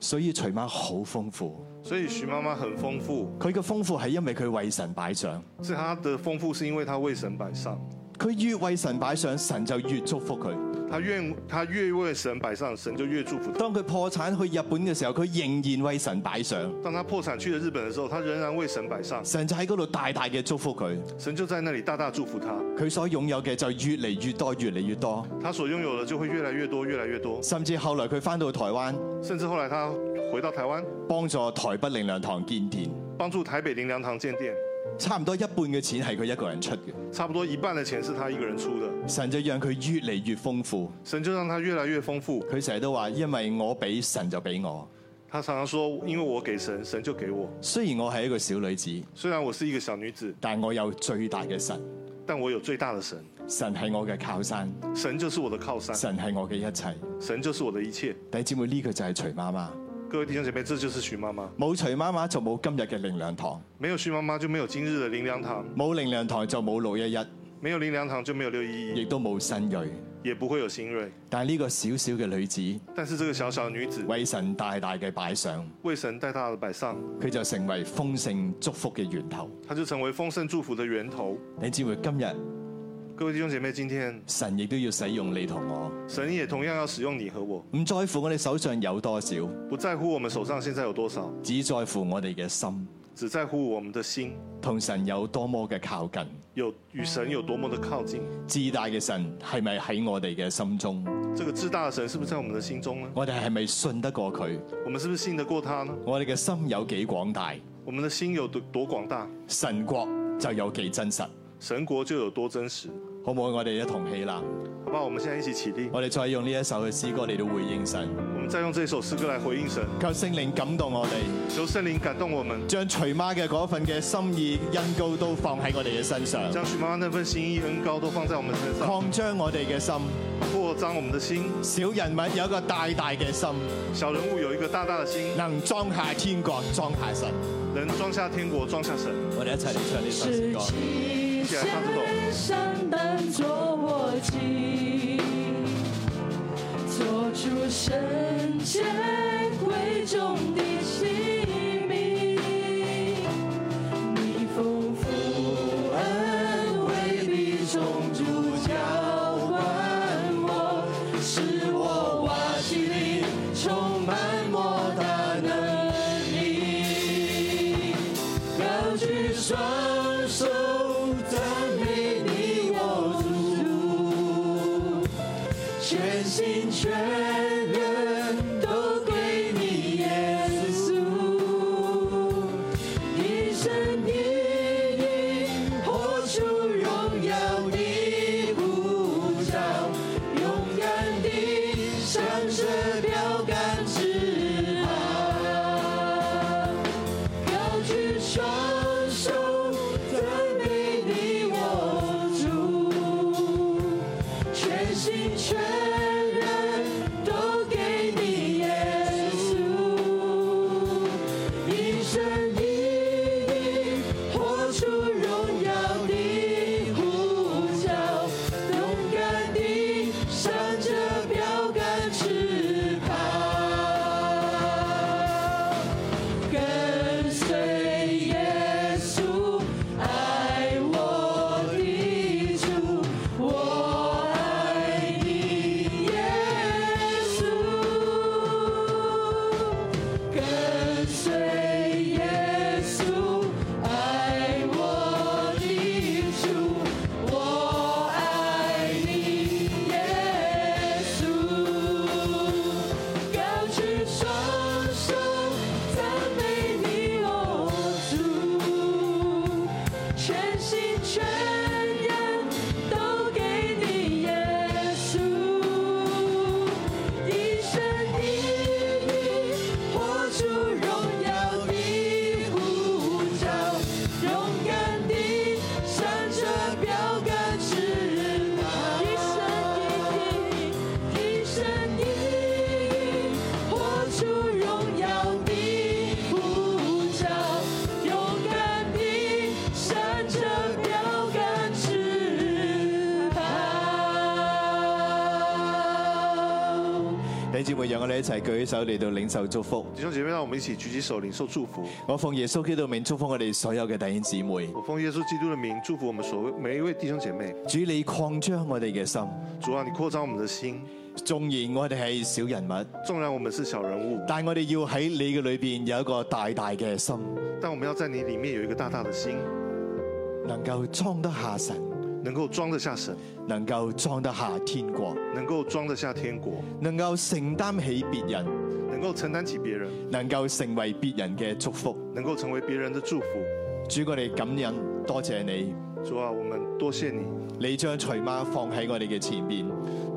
所以徐媽好豐富。
所以徐妈妈很丰富。
佢嘅豐富係因為佢為神擺上，
是他的丰富是因为他为神摆上，
佢越為神擺上，神就越祝福佢。
他愿他越为神摆上，神就越祝福他。
當佢破產去日本嘅時候，佢仍然為神擺上，
当他破产去了日本的时候，他仍然为神摆上，
神就喺嗰度大大嘅祝福佢。
神就在那里大大祝福他。
佢所擁有嘅就越嚟越多，越嚟越多，
他所拥有的就会越来越多，越来越多。
甚至後來佢翻到台灣，
甚至后来他回到台湾，
幫助台北靈糧堂建殿，
帮助台北林良堂建店，
差唔多一半嘅錢係佢一個人出嘅，
差不多一半的钱是他一个人出的，
神就讓佢越嚟越豐富。
神就让他越来越丰富。
佢成日都話：因為我俾神就俾我。
他常常说：“因为我给神，神就给我。
雖然我係一個小女子，
虽然我是一个小女子，
但我有最大嘅神，
但我有最大的神，
神係我嘅靠山，
神就是我的靠山，
神係我嘅一切。
神就是我的一切。
弟兄姊妹呢、個就係徐媽媽，
各位弟兄姐妹，这就是徐妈妈。
冇徐媽媽就冇今日嘅靈糧堂，
没有徐妈妈就没有今日的林良堂，
冇靈糧堂就冇六一一，
没有林良堂就没有六一一，
亦都冇新蕊。
也不会有新锐。
但係呢個小小嘅女子，
但是这个小小的女子
為神大大嘅擺上，
为神带大的摆上，
佢就成為豐盛祝福嘅源頭。
她就成为丰盛祝福的源头。
你知唔知今日
各位弟兄姐妹，今天
神亦都要使用你同我，
神也同样要使用你和我，
唔在乎我哋手上有多少，
不在乎我们手上现在有多少，
只在乎我哋嘅心
只在乎我们的心
同神有多麼嘅靠近。
有与神有多么的靠近。
至大嘅神係咪喺我哋嘅心中？
这个至大的神是不是在我们的心中呢？
我哋係咪信得過佢？
我们是不是信得过他呢？
我哋嘅心有幾廣大，
我们的心有多多广大，
神國就有幾真實。
神国就有多真实。
好唔好？我哋一同起立，
好吧，我们现在一起起立，
我哋再用呢一首嘅詩歌嚟到回應神，
我们再用这首诗歌来回应神，
求聖靈感動我哋，
求圣灵感动我们，
將徐媽嘅嗰份嘅心意恩膏都放喺我哋嘅身上，
将许妈妈那份心意恩高都放在我们身上，
擴張我哋嘅心。
扩张我们的心。
小人物有一個大大嘅心，
小人物有一个大大的心，
能裝下天國，裝下神。
能装下天国，装下神。
我哋一齊嚟唱呢首詩
是
歌。
其
谢谢大家
身上当作我己，做出神珍贵重的器皿，你丰富恩惠必重铸浇灌我，使我瓦器里充满莫大能力。高举双手赞美你，我主，全心全人都归你，耶稣，一生一意活出荣耀的护照，勇敢地
弟兄姊妹，讓我哋一齊舉起手嚟到領受祝福。
弟兄姐妹，让我们一起举起手，领受祝福。
我奉耶穌基督名祝福我哋所有嘅弟兄姊妹。
我奉耶稣基督的名祝福我们所谓每一位弟兄姐妹。
主你擴張我哋嘅心，
主啊，你扩张我们的心，
縱然我哋係小人物，
纵然我们是小人物，
但我哋要喺你嘅裏邊有一個大大嘅心，
但我们要在你里面有一个大大的心，
能夠裝得下神，
能够装得下神，
能夠裝得下天國，
能够装得下天国，
能夠承擔起別人，
能够承担起别人，
能夠成為別人嘅祝福。
能够成为别人的祝福。
主我哋感恩，多謝你，
主啊，我们多谢你，
你將徐媽放喺我哋嘅前面，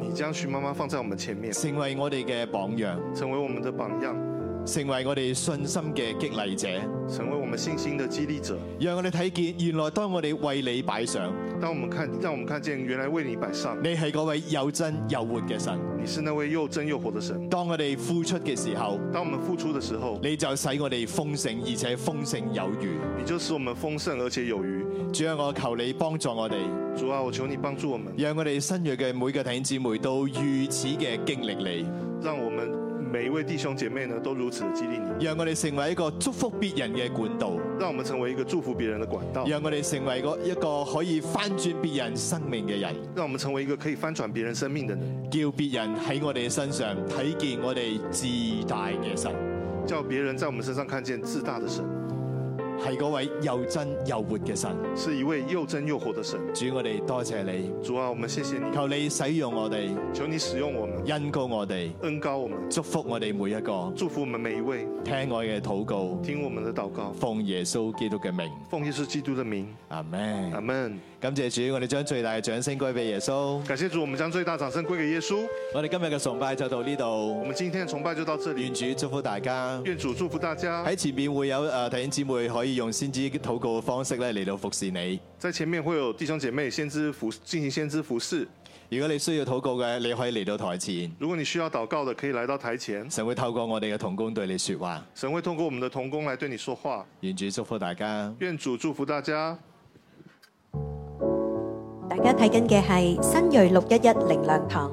你将徐妈妈放在我们前面，
成為我哋嘅榜樣，
成为我们的榜样，
成為我哋信心嘅激勵者，
成为我们信心的激励者。
讓我哋睇見原來當我哋為你擺上，
当我们看，让我们看见，原来为你摆上，
你係嗰位又真又活嘅神。
你是那位又真又活的神。
當我哋付出嘅時候，
当我们付出的时候，
你就使我哋豐盛，而且豐盛有餘。
你就使我们丰盛而且有余。
主啊，我求你幫助我哋，
主啊，我求你帮助我们，
讓我哋新約嘅每個弟兄姊妹都如此嘅經歷你，
让我们每一位弟兄姐妹呢都如此地激励你，
讓我哋成為一個祝福別人嘅管道，
让我们成为一个祝福别人的管道，
讓我哋成為個一個可以翻轉別人生命嘅人，
让我们成为一个可以翻转别人生命的人，
叫別人喺我哋身上睇見我哋自大嘅神，
叫别人在我们身上看见自大的神，
係嗰位又真又活嘅神。
是一位又真又活的神。
主，我哋多謝你，
主啊，我们谢谢你，
求你使用我哋，
求你使用我们，
恩膏我哋。
恩高我们，
祝福我哋每一個，
祝福我们每一位，
聽我嘅禱告，
听我们的祷告，
奉耶穌基督嘅名，
奉耶稣基督的名，
阿
阿
門。
门。
感謝主，我哋將最大嘅掌聲歸俾耶穌。
感谢主，我们将最大掌声归给耶稣。
我哋今日嘅崇拜就到呢
我
度，
们今天的崇拜就到这里
願，主祝福大家。
愿主祝福大家。
喺前面會有誒弟兄姊妹可以用先知禱告嘅方式咧嚟到服侍你。
在前面会有弟兄姐妹先知服进行先知服侍，
如果你需要禱告嘅，你可以嚟到台前，
如果你需要祷告的，可以来到台前，
神會透過我哋嘅同工對你説話。
神会通过我们的童工来对你说话。
願主祝福大家。
愿主祝福大家。
大家睇緊嘅係新锐六一一靈糧堂。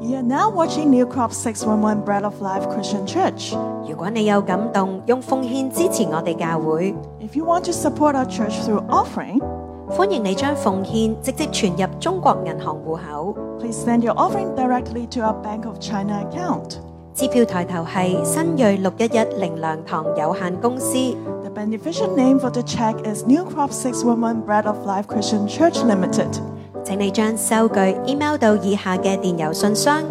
You are now watching New Crop 611 Bread of Life Christian Church.
如果你有感動，用奉獻支持我哋教會，
If you want to support our church through offering,
歡迎你將奉獻直接存入中國銀行户口。
please send your offering directly to our Bank of China account.
支票抬頭係新锐六一一靈糧堂有限公司，
The beneficial name for the check is New Crop 611 Bread of Life Christian Church Limited.
請你將收據 email 到以下嘅電郵信箱。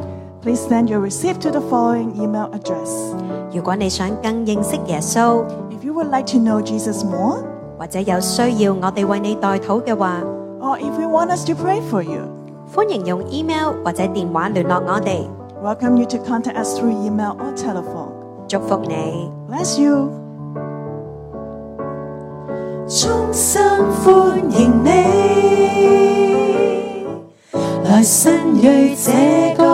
Please send your receipt to the following email address.
如果你想更認識耶穌，
If you would like to know Jesus more,
或者有需要我哋為你代禱嘅話，
or if you want us to pray for you,
歡迎用 email 或者電話聯絡我哋。
welcome you to contact us through email or telephone.
祝福你。
Bless you.
衷心歡迎你，來新锐這個